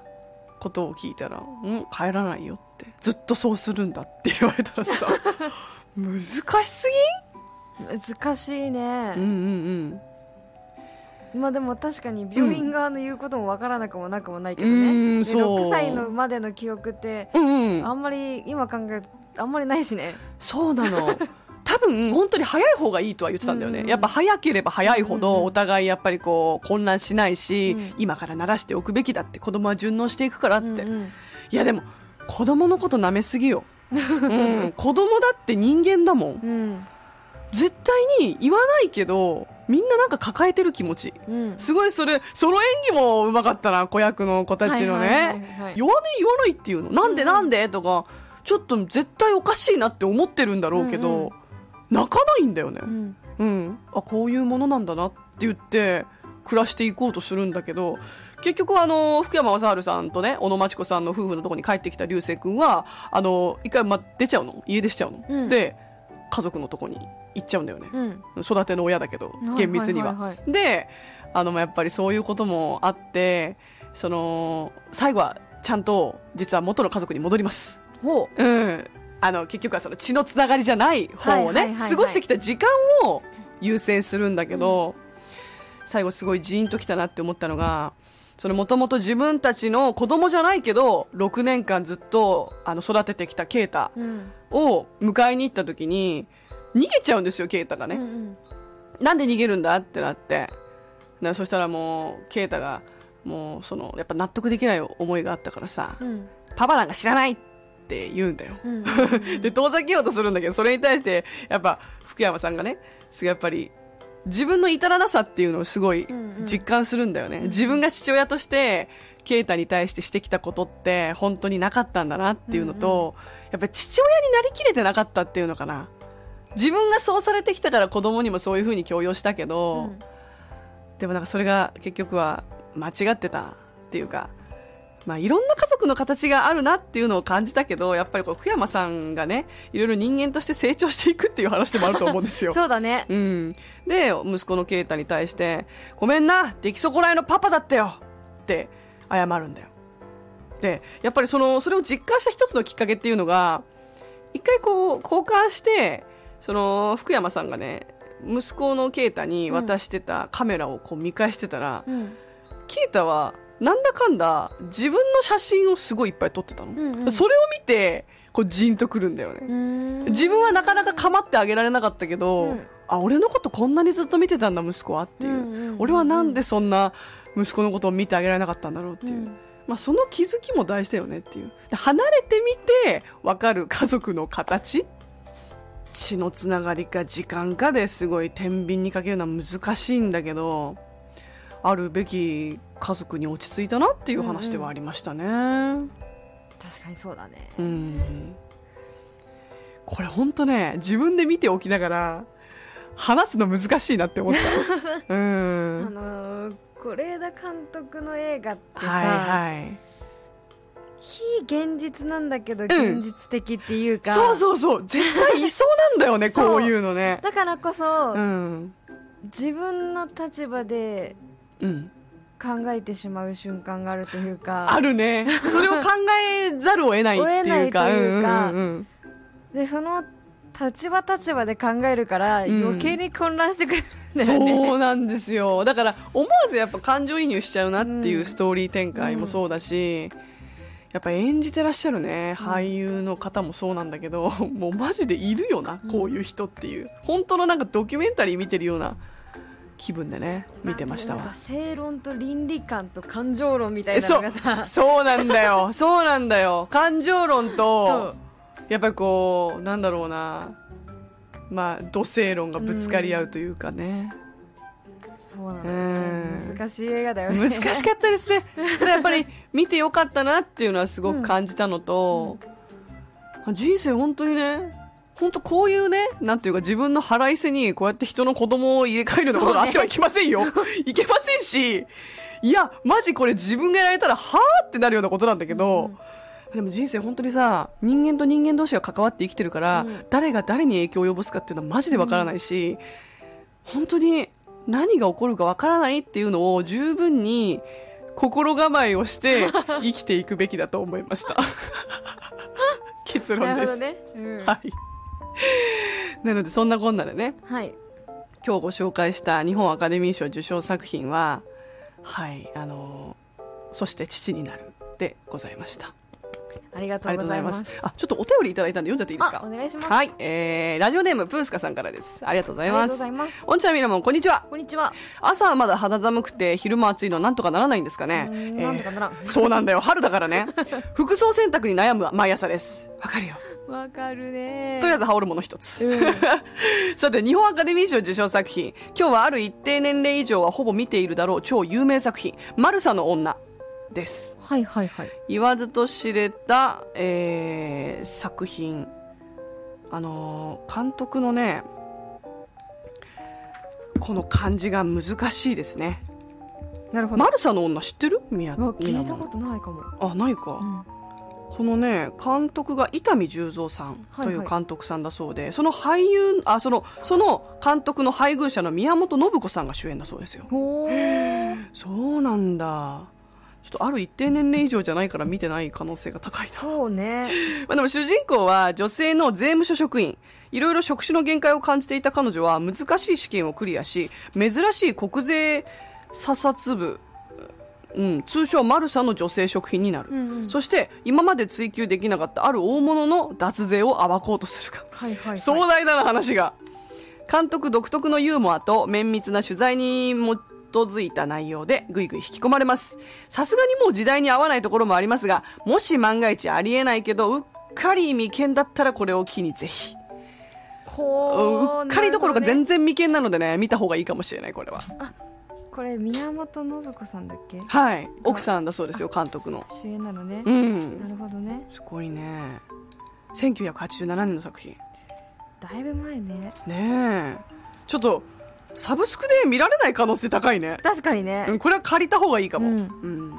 S1: ことを聞いたら「うん帰らないよ」ってずっとそうするんだって言われたら さ難しす
S2: 難しいね
S1: ぎんうんうん
S2: まあでも確かに病院側の言うこともわからなくもなくもないけど
S1: うー
S2: ね
S1: ん
S2: で
S1: そう
S2: 6歳のまでの記憶って
S1: うんうん
S2: あんまり今考えるとあんまりないしね
S1: そうなの多分本当に早い方がいいとは言ってたんだよね、
S2: うん
S1: やっぱ早ければ早いほ
S2: うんうん
S1: どお互いやっぱりこう混乱しないし、
S2: うん
S1: 今から慣らしておくべきだって子供は順応していくからって、
S2: うんうん
S1: いやでも子供のこと舐めすぎよ、 うん、子供だって人間だもん
S2: うん
S1: 絶対に言わないけどみんななんか抱えてる気持ち
S2: うん
S1: すごいそれソロ演技もうまかったな子役の子たちのね、
S2: はいはいはいはい
S1: 言わない言わないっていうのなんで
S2: うんうん
S1: なんで、とかちょっと絶対おかしいなって思ってるんだろうけど、
S2: うんうん
S1: 泣かないんだよね
S2: う、ん
S1: うんあこういうものなんだなって言って暮らしていこうとするんだけど結局あの福山雅治さんとね小野真知子さんの夫婦のとこに帰ってきた流星君はあの一回、ま、出ちゃうの家出しちゃうの、
S2: うん
S1: で家族のとこに行っちゃうんだよね、
S2: うん
S1: 育ての親だけど厳密には。
S2: いいい
S1: であのまあやっぱりそういうこともあってその最後はちゃんと実は元の家族に戻ります、
S2: ほ
S1: うん、あの結局はその血のつながりじゃない方をね、
S2: はいはいはいはい
S1: 過ごしてきた時間を優先するんだけど、最後すごいジーンときたなって思ったのが。そのもともと自分たちの子供じゃないけど6年間ずっとあの育ててきた啓太
S2: ううん
S1: を迎えに行った時に逃げちゃうんですよ啓太がね、
S2: うんうん
S1: なんで逃げるんだってなってなそしたらもう啓太がもうそのやっぱ納得できない思いがあったからさ、
S2: うん
S1: パパなんか知らないって言うんだよ、
S2: うん
S1: で遠ざけようとするんだけどそれに対してやっぱ福山さんがねすごいやっぱり自分の至らなさっていうのをすごい
S2: うんうん
S1: 実感するんだよね、
S2: うん
S1: 自分が父親として啓太に対してしてきたことって本当になかったんだなっていうのと、やっぱり父親になりきれてなかったっていうのかな自分がそうされてきたから子供にもそういうふうに強要したけ
S2: う
S1: ど、
S2: ん
S1: でもなんかそれが結局は間違ってたっていうか、まあ、いろんな家族の形があるなっていうのを感じたけどやっぱりこう福山さんがねいろいろ人間として成長していくっていう話でもあると思うんです よ。
S2: そうだね
S1: うん、で息子の啓太に対して「ごめんな出来損ないのパパだったよ」って謝るんだよ。でやっぱりそのそれを実感した一つのきっかけっていうのが一回こう交換してその福山さんがね息子の啓太に渡してたカメラをこう見返してたら、
S2: うん
S1: 啓太はなんだかんだ自分の写真をすごいいっぱい撮ってたの、
S2: うんうん
S1: それを見てこうジーンとくるんだよね、
S2: うん
S1: 自分はなかなか構ってあげられなかったけど、
S2: うん
S1: あ俺のことこんなにずっと見てたんだ息子はっていう,、
S2: うんうんうん
S1: 俺はなんでそんな息子のことを見てあげられなかったんだろうっていう、
S2: うん
S1: まあ、その気づきも大事だよねっていうで離れてみて分かる家族の形血のつながりか時間かですごい天秤にかけるのは難しいんだけどあるべき家族に落ち着いたなっていう話ではありましたね。
S2: 確かにそうだね
S1: うんこれ本当ね自分で見ておきながら話すの難しいなって思った う
S2: あ
S1: ん
S2: のー是枝監督の映画ってさ、
S1: はいはい
S2: 非現実なんだけど現実的っていうか、
S1: そうそうそう絶対いそうなんだよね
S2: そう
S1: こういうのね
S2: だからこそ、
S1: うん
S2: 自分の立場で
S1: うん
S2: 考えてしまう瞬間があるというか
S1: あるねそれを考えざるを得ないっていうか
S2: 追えないというか
S1: んうんうん
S2: でその立場立場で考えるから、
S1: うん
S2: 余計に混乱してくるんだよね
S1: そうなんですよだから思わずやっぱ感情移入しちゃうなっていううんストーリー展開もそうだし、やっぱ演じてらっしゃるね
S2: うん
S1: 俳優の方もそうなんだけど、 もうマジでいるよなこういう人っていう本当のなんかドキュメンタリー見てるような気分でね見てました
S2: あとなん
S1: わ
S2: か。正論と倫理観と感情論みたい
S1: え
S2: な
S1: そ
S2: の
S1: う
S2: がさ
S1: そうなんだよそうなんだよ感情論と
S2: そ
S1: やっぱりこうなんだろうなまあ土星論がぶつかり合うというかね。
S2: そうなのよね
S1: うん
S2: 難しい映画だよね
S1: 難しかったです ねただやっぱり見てよかったなっていうのはすごく感じたのと、人生本当にね本当こういうねなんていうか自分の腹いせにこうやって人の子供を入れ替えるようなことがあってはいけません よ、いけませんしいやマジこれ自分がやられたらはあってなるようなことなんだけど、でも人生本当にさ人間と人間同士が関わって生きてるから、
S2: うん
S1: 誰が誰に影響を及ぼすかっていうのはマジでわからないし、本当に何が起こるかわからないっていうのを十分に心構えを して生きていくべきだと思いました結
S2: な
S1: 論
S2: る
S1: で
S2: ほど
S1: す、
S2: ね、うん
S1: はいなのでそんなこんなでね
S2: はい
S1: 今日ご紹介した日本アカデミー賞受賞作品は、はい、あのーそして父になるでございました。
S2: ありが
S1: あ
S2: と
S1: り
S2: う
S1: がとうござ
S2: ござい
S1: いま
S2: ますす。
S1: あ、ちょっとお便りいただいたんで読んじゃっていいです
S2: あ
S1: か
S2: お。願いします、
S1: はい、えー、ラジオネームプースカさんからです。ありがとうござ
S2: あり
S1: い
S2: が
S1: ま
S2: とう
S1: す
S2: ご。ざいます
S1: おんちゃんみなもん、こんにちは。
S2: こんにちは、
S1: 朝はまだ肌寒くて、昼間暑いのなんとかならないんですかね。
S2: う
S1: え
S2: ーん
S1: ー
S2: なんとかならん
S1: そうなんだよ、春だから ね。服装選択に悩む毎朝です。わかるよ。
S2: わかるね
S1: とりあえず羽織るもの一つ。
S2: うん
S1: さて、日本アカデミー賞受賞作品。今日はある一定年齢以上はほぼ見ているだろう超有名作品。マルサの女です。
S2: はいはいはい
S1: 言わずと知れた、えー作品。あのー監督のね、この漢字が難しいですね。
S2: なるほど、
S1: マルサの女知ってる宮
S2: うわ聞いたこ
S1: 宮
S2: とないかも、
S1: 本あ、ないか。
S2: うん
S1: このね監督が伊丹十三さん
S2: はい
S1: と
S2: はい
S1: いう監督さんだそうで、その俳優あそのその監督の配偶者の宮本信子さんが主演だそうですよ
S2: ほー
S1: そうなんだちょっとある一定年齢以上じゃないから見てない可能性が高いな、
S2: そうね
S1: まあ、でも主人公は女性の税務署職員いろいろ職種の限界を感じていた彼女は難しい試験をクリアし珍しい国税査察部、うん、通称マルサの女性職員になる、
S2: うんうん
S1: そして今まで追求できなかったある大物の脱税を暴こうとするか、
S2: はいはい、はい、
S1: 壮大だな話が監督独特のユーモアと綿密な取材に基づいた内容でぐいぐい引き込まれますさすがにもう時代に合わないところもありますがもし万が一ありえないけどうっかり未見だったらこれを機にぜひうん
S2: ほ
S1: う
S2: ー
S1: っかりどころか
S2: なる
S1: 全然未見なのでね見た方がいいかもしれないこれは
S2: ほどねこれ宮本信子さんだっけ
S1: はい奥さんだそうですよ監督の
S2: 主演なのね
S1: う、ん
S2: なるほどね
S1: すごいね1987年の作品
S2: だいぶ前ね
S1: ねえちょっとサブスクで見られない可能性高いね、
S2: 確かにね、
S1: うん、これは借りた方がいいかも、
S2: う
S1: うんんい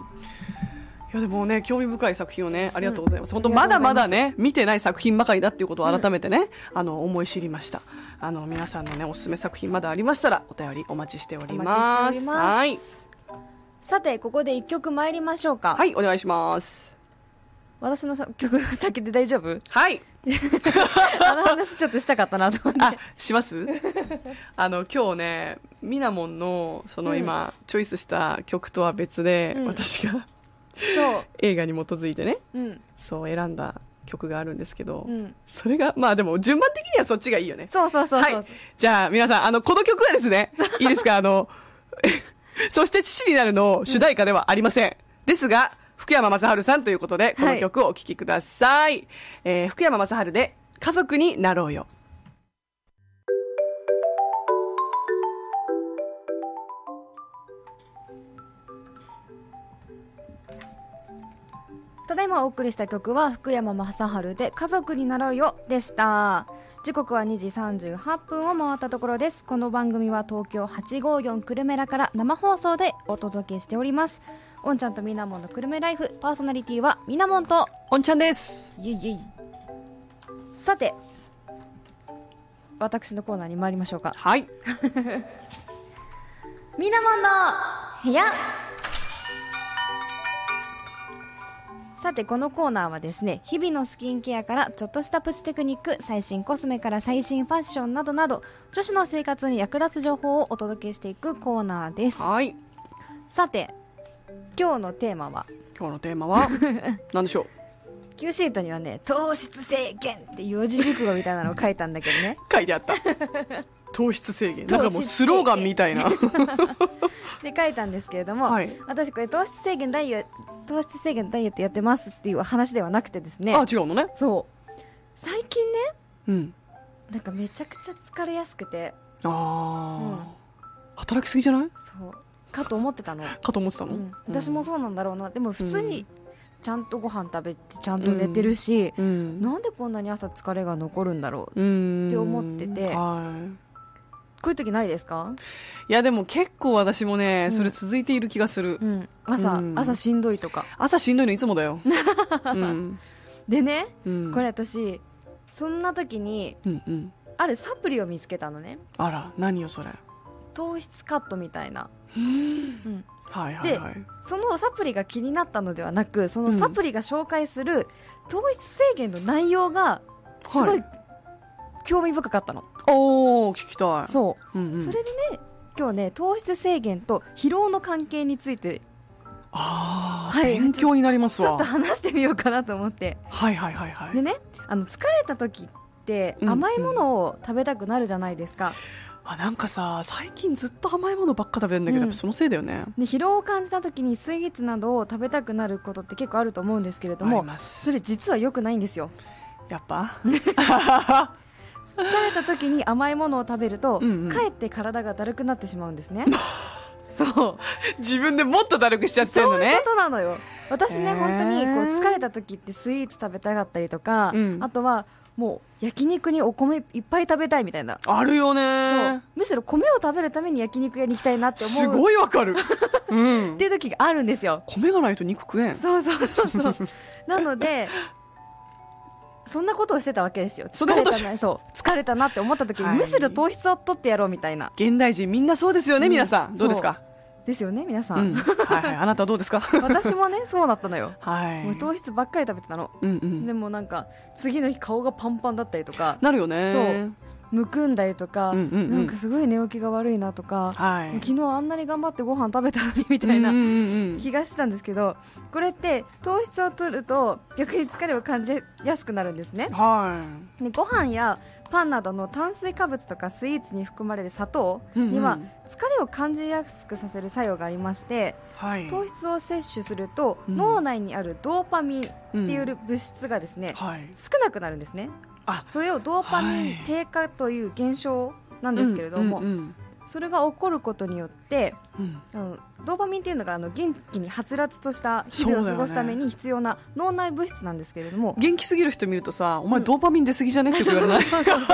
S1: やでもね興味深い作品をねありがとうございます、
S2: うん
S1: 本当まだま
S2: あ
S1: だ
S2: りが
S1: ね見てない作品ばかりだっていうことを改めてね、あの思い知りましたあの皆さんのねおすすめ作品まだありましたらお便りお待ちしておりま
S2: お待ち
S1: す
S2: しております
S1: はい
S2: さてここで一曲参りましょうか、
S1: はいお願いします
S2: 私のさ曲先で大丈夫
S1: はい
S2: あの話ちょっとしたかったなと思っ
S1: あ
S2: て
S1: します あの今日ねみなもんのその今、チョイスした曲とは別で、
S2: うん
S1: 私が
S2: そ
S1: 映画に基づいてね
S2: ううん
S1: そう選んだ曲があるんですけど、
S2: うん
S1: それがまあでも順番的にはそっちがいいよね
S2: そうそうそうそう、
S1: はいじゃあ皆さんあのこの曲はですねいいですかあ のそして父になるの主題歌ではありません、ですが福山雅治さんということでこの曲をお聴きください、えー福山雅治で「家族になろうよ」
S2: ただいまお送りした曲は福山雅治で「家族になろうよ」でした時刻は2時38分を回ったところですこの番組は東京854久留米らから生放送でお届けしておりますおんちゃんとみなもんの久留米ライフパーソナリティはみなもんと
S1: おんちゃんです
S2: いえいえいさて私のコーナーに参りましょうか
S1: はい
S2: みなもんの部屋さてこのコーナーはですね日々のスキンケアからちょっとしたプチテクニック最新コスメから最新ファッションなどなど女子の生活に役立つ情報をお届けしていくコーナーです
S1: はい
S2: さて今日のテーマは
S1: 今日のテーマ は何でしょう
S2: Q シートにはね糖質制限って四字熟語みたいなのを書いたんだけど ね
S1: 書いてあった糖質制限なんかもうスローガンみた いな
S2: で書いたんですけれども、
S1: はい
S2: 私これ糖質制限ダイエ糖質制限ダイエットやってますっていう話ではなくてですね
S1: あ違うのね
S2: そう最近ね
S1: うん
S2: なんかめちゃくちゃ疲れやすくて
S1: あー、働きすぎじゃない
S2: そうかと思ってたの、
S1: かと思ってた
S2: う
S1: の、
S2: ん、私もそうなんだろうなでも普通
S1: う
S2: にちゃんとご飯食べてちゃんと寝てるし、
S1: うん
S2: なんでこんなに朝疲れが残るんだろ
S1: う
S2: う
S1: ん
S2: って思ってて
S1: は
S2: こういう時ないですか、
S1: い、いやでも結構私もね、
S2: うん
S1: それ続いている気がする、
S2: うん、朝、
S1: うん
S2: 朝しんどいとか
S1: 朝しんどいのいつも だよ、うん
S2: でね
S1: うん、
S2: これ私そんな時に
S1: うんうん
S2: あるサプリを見つけたのね
S1: あら何よそれ
S2: 糖質カットみたいな、うん、
S1: はいはいはい
S2: そのサプリが気になったのではなくそのサプリが紹介する糖質制限の内容がすご
S1: はい
S2: 興味深かったの
S1: おお聞きたい、
S2: そう
S1: うんう
S2: う、
S1: ん、
S2: それでね今日ね糖質制限と疲労の関係について
S1: ああ、
S2: はい
S1: 勉強になります
S2: ちょ
S1: わ
S2: っと話してみようかなと思って
S1: はいはいはいはい、
S2: でねあの疲れた時って
S1: うん
S2: 甘いものを食べたくなるじゃないですか、
S1: あなんかさ最近ずっと甘いものばっか食べるんだけど、
S2: うん
S1: やっぱそのせいだよね
S2: で疲労を感じた時にスイーツなどを食べたくなることって結構あると思うんですけれど
S1: あ
S2: も
S1: ります
S2: それ実は良くないんですよ
S1: やっぱ
S2: 疲れた時に甘いものを食べると
S1: うんうん
S2: かえって体がだるくなってしまうんですね そう
S1: 自分でもっとだるくしちゃってる
S2: そ
S1: の
S2: ういう
S1: ね
S2: ことなのよ。私ね、
S1: へー
S2: 本当にこう疲れた時ってスイーツ食べたかったりとか、
S1: うん
S2: あとはもう焼肉にお米いっぱい食べたいみたいな。
S1: あるよ
S2: そう
S1: ね
S2: むしろ米を食べるために焼肉屋に行きたいなって思う
S1: すごいわか る、うん
S2: って、いう時があるんですよ。
S1: 米がないと肉食えん
S2: そうそうそ うそう。なので。そんなことをしてたわけですよ。
S1: そ
S2: 疲
S1: んな
S2: れ
S1: こと
S2: たな、そう、疲れたなって思った時に、
S1: はい
S2: むしろ糖質を取ってやろうみたいな。
S1: 現代人みんなそうですよね、
S2: うん
S1: 皆さんどうですか
S2: ですよね、皆さ。
S1: うんん、はいはいあなたはどうですか
S2: 私もね、そうだったのよ。
S1: はい
S2: もう糖質ばっかり食べてたの。
S1: うんうん
S2: でもなんか次の日顔がパンパンだったりとか
S1: なるよね
S2: むくんだりとか、
S1: うんうんうん
S2: なんかすごい寝起きが悪いなとか、
S1: はい
S2: もう昨日あんなに頑張ってご飯食べたのにみたい
S1: うんう
S2: なん
S1: うん
S2: 気がしてたんですけどこれって糖質を取ると逆に疲れを感じやすくなるんですね
S1: は
S2: でご飯やパンなどの炭水化物とかスイーツに含まれる砂糖には
S1: うんうん
S2: 疲れを感じやすくさせる作用がありまして
S1: いはい
S2: 糖質を摂取すると
S1: うん
S2: 脳内にあるドーパミンってい
S1: うん
S2: う物質がですね、
S1: はい
S2: 少なくなるんですね
S1: あ
S2: それをドーパミン低下という現象なんですけれども、
S1: うんうん
S2: それが起こることによって
S1: うんうん
S2: あのドーパミンっていうのがあの元気にはつらつとした日
S1: そ
S2: 々を
S1: うだ
S2: 過
S1: よね
S2: ごすために必要な脳内物質なんですけれど も、
S1: 元気すぎる人見るとさお前
S2: うん
S1: ドーパミン出過ぎじゃねって言われない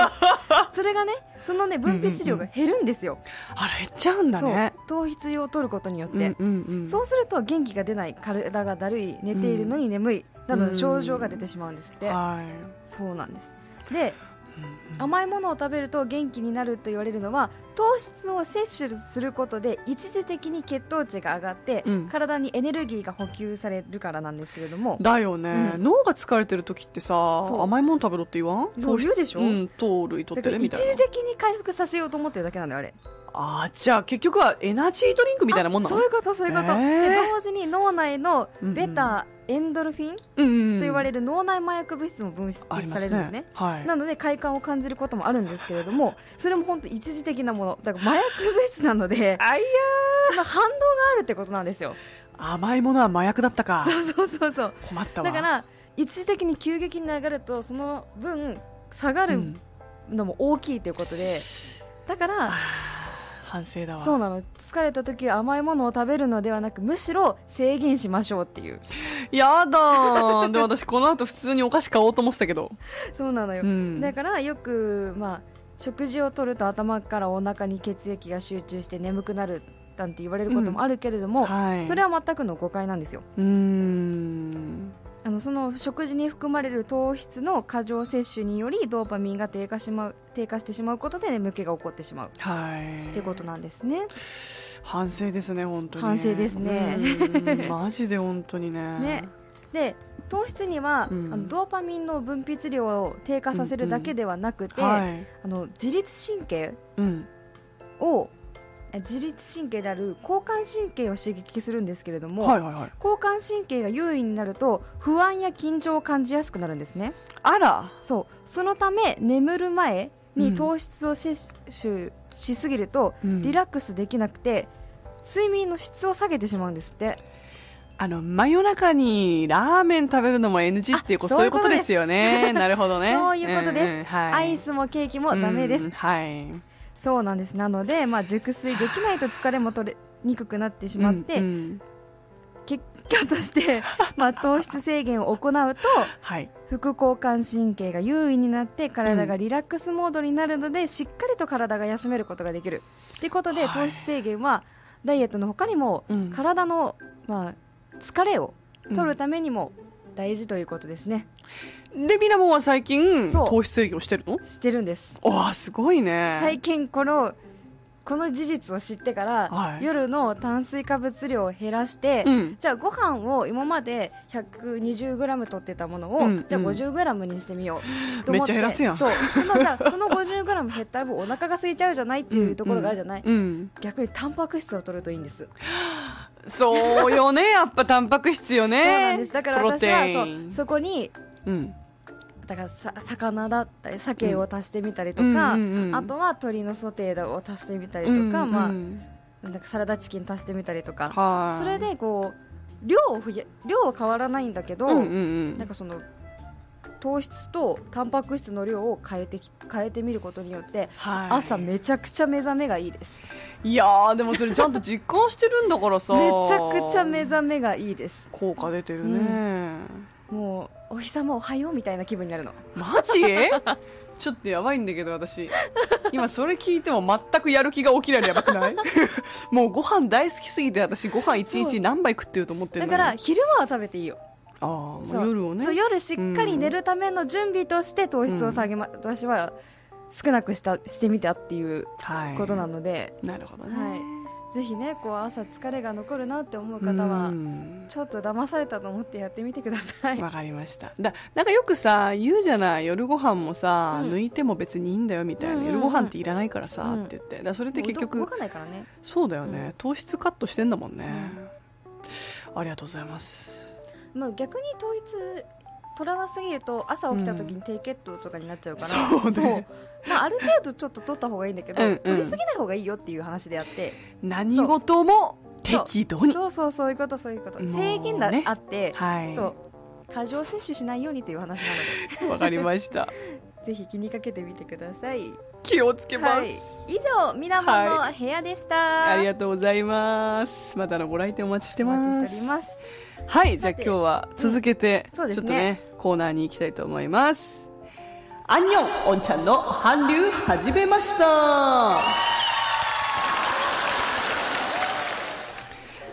S2: それがねそのね分泌量が減るんですよ、
S1: あら減っちゃうんだね
S2: そう糖質を取ることによって、
S1: うんうんうん
S2: そうすると元気が出ない体がだるい寝ているのに眠いなどの症状が出てしまうんですって、
S1: はい
S2: そうなんですで
S1: うんうん
S2: 甘いものを食べると元気になると言われるのは糖質を摂取することで一時的に血糖値が上がって、
S1: うん
S2: 体にエネルギーが補給されるからなんですけれども
S1: だよね
S2: うん
S1: 脳が疲れてる時ってさ
S2: そう
S1: 甘いもの食べろって言わん
S2: そう言うでしょ
S1: ん糖類取
S2: だ
S1: って
S2: から
S1: ね
S2: 一
S1: み
S2: 時
S1: たいな
S2: 的に回復させようと思ってるだけなんだよあれ
S1: あーじゃあ結局はエナジードリンクみたいなもんな
S2: あ
S1: の
S2: そういうことそういうこと、
S1: えー
S2: で同時に脳内のベタエンドルフィンと
S1: と
S2: 言われ
S1: る
S2: る脳内麻薬物質も分泌さ
S1: あ
S2: れ
S1: り
S2: るん
S1: ま
S2: ですす
S1: ね
S2: ね
S1: はい
S2: なので快感を感じることもあるんですけれどもそれも本当一時的なものだから麻薬物質なので
S1: あいや
S2: その反動があるってことなんですよ
S1: ー甘いものは麻薬だったか
S2: そうそうそう
S1: 困ったわ
S2: だから一時的に急激に上がるとその分下が
S1: う
S2: る
S1: ん
S2: のも大きいということで、だから
S1: 反省だわ
S2: そうなの疲れた時は甘いものを食べるのではなくむしろ制限しましょうっていう
S1: やだーで私この後普通にお菓子買おうと思ってたけど
S2: そうなのよ、
S1: うん
S2: だからよく、まあ、食事を取ると頭からお腹に血液が集中して眠くなるなんて言われることもあるけれども、
S1: はい
S2: それは全くの誤解なんですよ
S1: うーん
S2: あのその食事に含まれる糖質の過剰摂取によりドーパミンが低下しまう低下してしまうことで眠気が起こってしまう
S1: はい
S2: っていうことなんですね。
S1: 反省ですね本当に
S2: 反省ですね
S1: うんマジで本当にね
S2: ね、で糖質には、
S1: うん
S2: あのドーパミンの分泌量を低下させるだけではなくて、
S1: はい
S2: あの自律神経
S1: うん
S2: をえ自律神経である交感神経を刺激するんですけれども、
S1: はいはいはい
S2: 交感神経が優位になると不安や緊張を感じやすくなるんですね。
S1: あら
S2: そうそのため眠る前
S1: うん
S2: に糖質を摂取しすぎると、
S1: うん
S2: リラックスできなくて睡眠の質を下げてしまうんですって
S1: あの真夜中にラーメン食べるのも NG っていうこ
S2: あ
S1: うそういうことですよね なるほどね
S2: そういうことです
S1: んんはい
S2: アイスもケーキもダメです、
S1: うんはい
S2: そうなんですなので、まあ、熟睡できないと疲れも取れにくくなってしまって、
S1: うんうん
S2: 結果として まあ糖質制限を行うと
S1: はい
S2: 副交感神経が優位になって体がリラックスモードになるので、しっかりと体が休めることができるということで、
S1: はい
S2: 糖質制限はダイエットの他にも、
S1: うん
S2: 体の、まあ、疲れを取るためにも大事ということですね、
S1: でミラモンは最近
S2: そう
S1: 糖質制限をしてるの
S2: してるんです
S1: わあすごいね
S2: 最近このこの事実を知ってから、
S1: はい
S2: 夜の炭水化物量を減らして、
S1: うん
S2: じゃあご飯を今まで 120g 取ってたものを、
S1: うん
S2: じゃあ
S1: うん
S2: 50g にしてみようと思って
S1: めっちゃ減らすやん
S2: そうそのじゃあその 50g 減った分お腹が空いちゃうじゃないっていうところがあるじゃない、
S1: うんうん
S2: 逆にタンパク質を取るといいんです、
S1: そうよねやっぱタンパク質よね
S2: そうなんですだから私は
S1: プロテイ
S2: そう
S1: ン
S2: そこに
S1: うん
S2: だからさ魚だったり鮭を足してみたりとか、
S1: うんうんうんうん
S2: あとは鶏のソテーを足してみたりと
S1: うん
S2: か、
S1: うん
S2: まあなんかサラダチキン足してみたりとか、
S1: はい
S2: それでこう量を増や量は変わらないんだけど、
S1: うんうんうん
S2: なんかその糖質とタンパク質の量を変えてき変えてみることによって、
S1: はい
S2: 朝めちゃくちゃ目覚めがいいです
S1: いやーでもそれちゃんと実感してるんだからさ
S2: めちゃくちゃ目覚めがいいです
S1: 効果出てるね、
S2: うもうお日様おはようみたいな気分になるの
S1: マジちょっとやばいんだけど私今それ聞いても全くやる気が起きないのやばくない もうご飯大好きすぎて私ご飯一
S2: そう
S1: 日何杯食ってると思ってる
S2: だ
S1: の
S2: から
S1: あ
S2: 昼間は食べていいよ
S1: あもう夜をね
S2: そう夜しっかり寝るための準備として糖質を下げま、私は少なくしたしてみたっていう
S1: はい
S2: ことなので、
S1: なるほどね、
S2: はい、ぜひねこう朝疲れが残るなって思う方は
S1: うん
S2: ちょっと騙されたと思ってやってみてください、
S1: わかりましただなんかよくさ言うじゃない夜ご飯もさ、
S2: うん
S1: 抜いても別にいいんだよみたいな、
S2: うんうんうん
S1: 夜ご飯っていらないからさ、
S2: うん
S1: って言ってだからそれって結
S2: もう動
S1: 局
S2: かないからね
S1: そうだよね、
S2: うん
S1: 糖質カットしてんだもんね、ありがとうございます
S2: まあ、逆に統一取らなすぎると朝起きた時に低血糖とかになっちゃうから、
S1: そうね
S2: まあ、ある程度ちょっと取った方がいいんだけど
S1: うんうん
S2: 取りすぎない方がいいよっていう話であって
S1: 何事も適度に
S2: そうそうそういうことそういうこと
S1: もうね
S2: 制限があって、
S1: はい
S2: そう過剰摂取しないようにという話なの
S1: わかりま した
S2: でぜひ気にかけてみてください
S1: 気をつけます、
S2: はい、以上みなもの部屋でした、
S1: あり
S2: がと
S1: がとうございますまたのご来店お待ちして
S2: お
S1: ます
S2: 待ちしております
S1: はいじゃあ
S2: さ
S1: 今
S2: て
S1: 日は続けて、
S2: うんそうですね
S1: ちょっとねコーナーに行きたいと思いますアンニョンおんちゃんの韓流始めました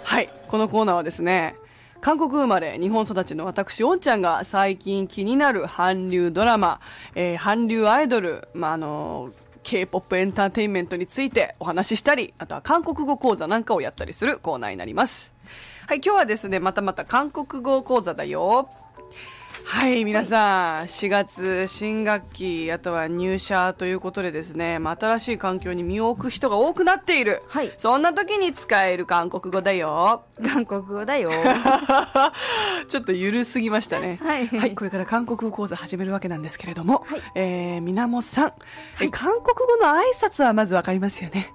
S1: はいこのコーナーはですね韓国生まれ、日本育ちの私、おんちゃんが最近気になる韓流ドラマ、えー韓流アイドル、まあ、あの、K-POP エンターテインメントについてお話ししたり、あとは韓国語講座なんかをやったりするコーナーになります。はい、今日はですね、またまた韓国語講座だよ。はい、皆さん、4月、新学期、あとは入社ということでですね、まあ、新しい環境に身を置く人が多くなっている。
S2: はい
S1: そんな時に使える韓国語だよ。
S2: 韓国語だよ
S1: ちょっとゆるすぎましたね。
S2: はい
S1: これから韓国語講座始めるわけなんですけれども、
S2: はい
S1: えー、みなもさん、え、韓国語の挨拶はまずわかりますよね。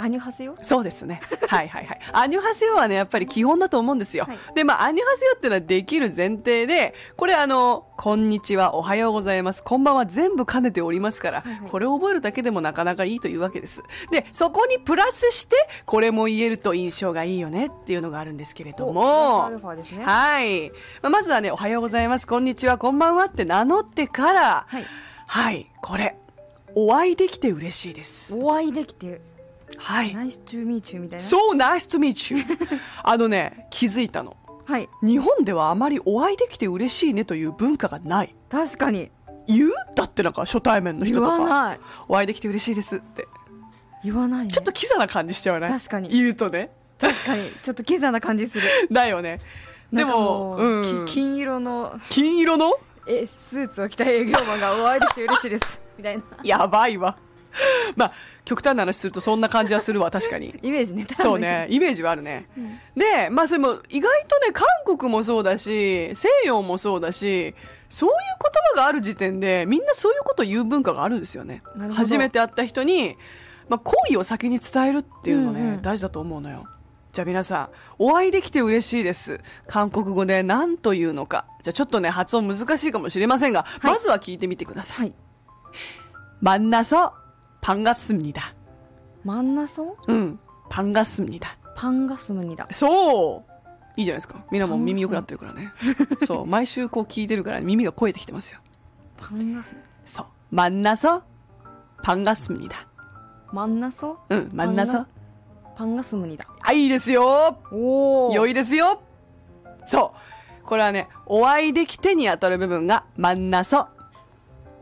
S2: アニョハセヨ
S1: そうですね。はいはい はい。アニョハセヨはね、やっぱり基本だと思うんですよ。
S2: はい
S1: で、まあ、アニョハセヨっていうのはできる前提で、これあの、こんにちは、おはようございます、こんばんは全部兼ねておりますから、
S2: いはい
S1: これを覚えるだけでもなかなかいいというわけです。で、そこにプラスして、これも言えると印象がいいよねっていうのがあるんですけれど
S2: お
S1: も。
S2: プラスアルファですね
S1: はい。まあまずはね、おはようございます、こんにちは、こんばんはって名乗ってから、
S2: はい
S1: はい、これ、お会いできて嬉しいです。
S2: お会いできて
S1: はい。
S2: ナイスチューミーチューみたいな
S1: So nice to meet you. あのね、気づいたの。
S2: はい
S1: 日本ではあまりお会いできて嬉しいねという文化がない。
S2: 確かに
S1: 言うだってなんか初対面の人
S2: 言
S1: と
S2: わ
S1: か。
S2: ない
S1: お会いできて嬉しいですって。
S2: 言わない、ね、
S1: ちょっとキザな感じしちゃわない
S2: 確かに
S1: 言うとね。
S2: 確かにちょっとキザな感じする
S1: だよね。 で
S2: なんかも
S1: も、
S2: う
S1: うん
S2: き。金色の
S1: 金色の
S2: えスーツを着た営業マンがお会いできて嬉しいです みたいな
S1: やばいわ。まあ、極端な話するとそんな感じはするわ、確かに。
S2: イメージね多分
S1: そうね、イメージはあるね。で、まあ、それも意外とね、韓国もそうだし、西洋もそうだし、そういう言葉がある時点で、みんなそういうことを言う文化があるんですよね
S2: なる。ほど
S1: 初めて会った人に、まあ、好意を先に伝えるっていうのね、
S2: うんうん
S1: 大事だと思うのよ。じゃあ皆さん、お会いできて嬉しいです。韓国語で何というのか。じゃあちょっとね、発音難しいかもしれませんが、
S2: はい
S1: まずは聞いてみてくださ。
S2: はいい
S1: 만나서반갑습니다。
S2: マンナソ
S1: うん、반갑습니다。
S2: パンガスムニだ
S1: そういいじゃないですか。みんなもう耳良くなってるからね。そう、毎週こう聞いてるから耳が肥えてきてますよ。
S2: パンガス
S1: そう。만나서반갑습니다。
S2: マンナソ
S1: うん、만나서。
S2: パンガスムニだ
S1: あ、いいですよ
S2: おお
S1: 良いですよそう。これはね、お会いできてに当たる部分が、만나서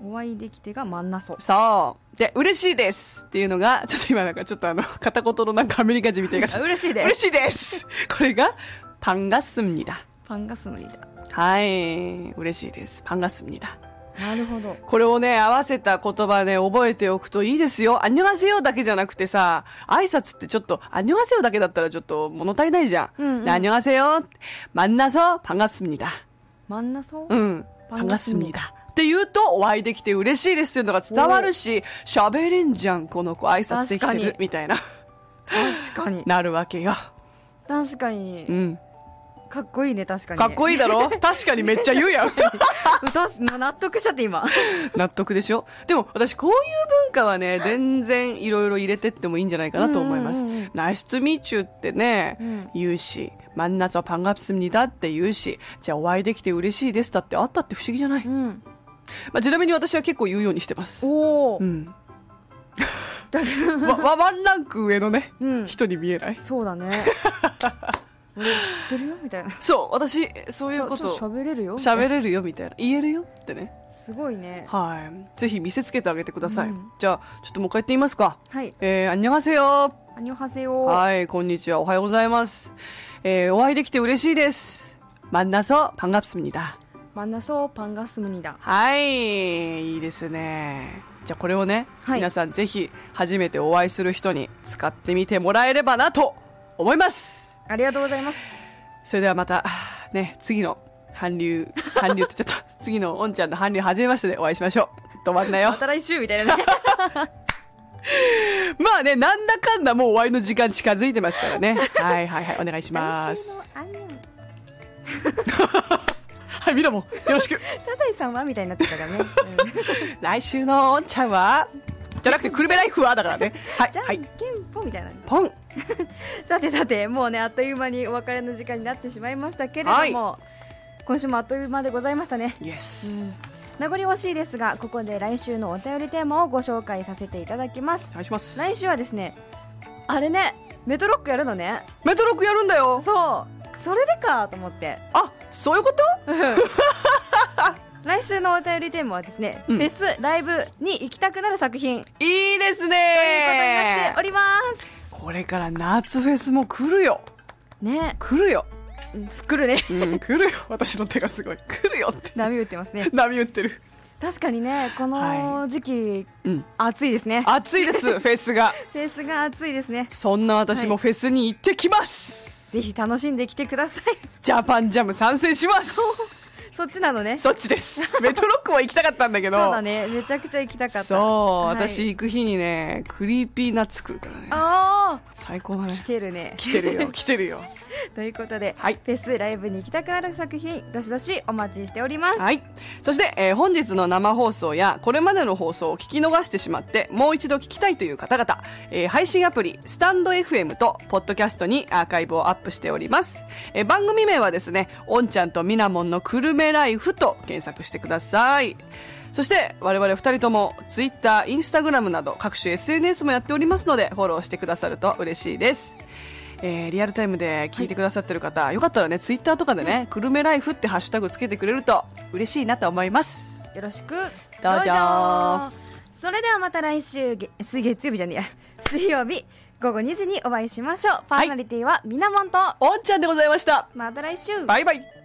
S2: お会いできてがマン ナソ。
S1: そう。で、嬉しいですっていうのが、ちょっと今なんかちょっとあの、片言のなんかアメリカ人みたいな。
S2: あ 嬉しいです
S1: 嬉しいですこれが、パンガスミだ。
S2: パンガスムリだ。
S1: はい。嬉しいです。パンガスミだ。
S2: なるほど。
S1: これをね、合わせた言葉ね、覚えておくといいですよ。アニュアセヨだけじゃなくてさ、挨拶ってちょっと、アニュアセヨだけだったらちょっと物足りないじゃん。
S2: うんうん
S1: でアニュアセヨ、만나서반갑습니다。
S2: マンナソ
S1: うん、
S2: 반갑습
S1: 반갑습니
S2: 니다
S1: 다。って言うと、お会いできて嬉しいですっていうのが伝わるし、喋れんじゃん、この子、挨拶できて
S2: 確かに
S1: る、みたいな、
S2: 確かに。
S1: なるわけよ。
S2: 確か
S1: う
S2: に。
S1: ん。
S2: かっこいいね、確かに。
S1: かっこ
S2: いい。
S1: いいだろ確かにめっちゃ言うやん。
S2: 歌す、納得しちゃって今。
S1: 納得でしょでも私こういう文化はね全然いろいろ入れてってもいいんじゃないかなと思います
S2: うんうんうんうん
S1: 「ナイスとミーチュー」ってね、
S2: うん
S1: 言うし「真ん中はパンガプスミだ」って言うし「じゃあお会いできて嬉しいです」だってあったって不思議じゃない、
S2: う
S1: ま
S2: ん。
S1: あ、ちなみに私は結構言うようにしてます
S2: お
S1: う
S2: ー。
S1: ん
S2: だけど
S1: わわワンランク上のね、
S2: うん
S1: 人に見えない
S2: そうだ ね。俺知ってるよみたいな。
S1: そう私そういうこ
S2: ちょちょっ
S1: と
S2: 喋れるよみたいな
S1: 喋れるよみたいな言えるよってね
S2: すごいね。
S1: はいぜひ見せつけてあげてください、
S2: うん
S1: じゃあちょっともう一回言ってみますか
S2: はい。
S1: えー、あんにゃがせよ
S2: アニョハセヨー。
S1: はい、こんにちは。おはようございます。えー、お会いできて嬉しいです。만나서반갑습니다。
S2: マンナソパンガスムニだ。
S1: はい、いいですね。じゃあこれをね、
S2: はい
S1: 皆さんぜひ初めてお会いする人に使ってみてもらえればなと思います。
S2: ありがとうございます。
S1: それではまた、ね、次の韓流、 韓流ってちょっと、次のおんちゃんの韓流初めましてでお会いしましょう。止まんなよ
S2: ま。た来週みたいなね。
S1: まあね、なんだかんだもうお会いの時間近づいてますからね。はいはいはい、お願いし ま
S2: 来週
S1: す。
S2: のアニョ。
S1: はい、みなもん、よろしく。
S2: サザエさんはみたいになってたか らね。うん
S1: 来週のおんちゃんはじゃなくてクルメライフはだ からねはい
S2: じゃん
S1: は
S2: け
S1: い
S2: んぽんみたいな。
S1: ポン
S2: さてさて、もうね、あっという間にお別れの時間になってしまいましたけれども、
S1: はい
S2: 今週もあっという間でございましたね。
S1: イエス
S2: 名残惜しいですが、ここで来週のお便りテーマをご紹介させていただきます
S1: お。願いします
S2: 来週はですね、あれね、メトロックやるのね。
S1: メトロックやるんだよ
S2: そう、それでかと 思って。
S1: あそういうこと
S2: 来週のお便りテーマはですね、
S1: うん
S2: フェス、ライブに行きたくなる作品というこ
S1: いいです
S2: とになっ
S1: ね
S2: ております。
S1: これから夏フェスも来るよ
S2: ね、
S1: 来るよ、
S2: うん来るね。
S1: うん、来るよ私の手がすごい来るよって
S2: 波打ってますね。
S1: 波打ってる
S2: 確かにね、この時期、
S1: うん
S2: 暑いですね。
S1: 暑いです フェスが
S2: フェスが暑いですね。
S1: そんな私
S2: はい
S1: もフェスに行ってきます、
S2: ぜひ楽しんできてください。
S1: ジャパンジャム参戦します
S2: そっちなのね。そ
S1: そっちですメトロックも行きたかったんだけ
S2: う
S1: ど
S2: だね。めちゃくちゃ行きたかった。
S1: そう、
S2: はい
S1: 私。行く日にねクリーピーナッツ来るからね
S2: ああ、
S1: 最高だね
S2: 来てるね。
S1: 来てるよ来てるよ
S2: ということで、
S1: はい
S2: フェスライブに行きたくなる作品、どしどしお待ちしております。
S1: はいそして、えー本日の生放送やこれまでの放送を聞き逃してしまってもう一度聞きたいという方々、えー配信アプリスタンド FM とポッドキャストにアーカイブをアップしております、えー番組名はですね「おんちゃんとみなもんのくるめライフ」と検索してくださいそして我々二人ともツイッターインスタグラムなど各種 SNS もやっておりますのでフォローしてくださると嬉しいですえーリアルタイムで聞いてくださってる方、よかったらねツイッターとかでね、くるめライフってハッシュタグつけてくれると嬉しいなと思います
S2: よろしく。
S1: どうぞ
S2: それではまた来週、げ水月曜日じゃねえや。水曜日、午後2時にお会いしましょう。パーソナリティはみなもんと、
S1: おんちゃんでございました
S2: また来週。
S1: バイバイ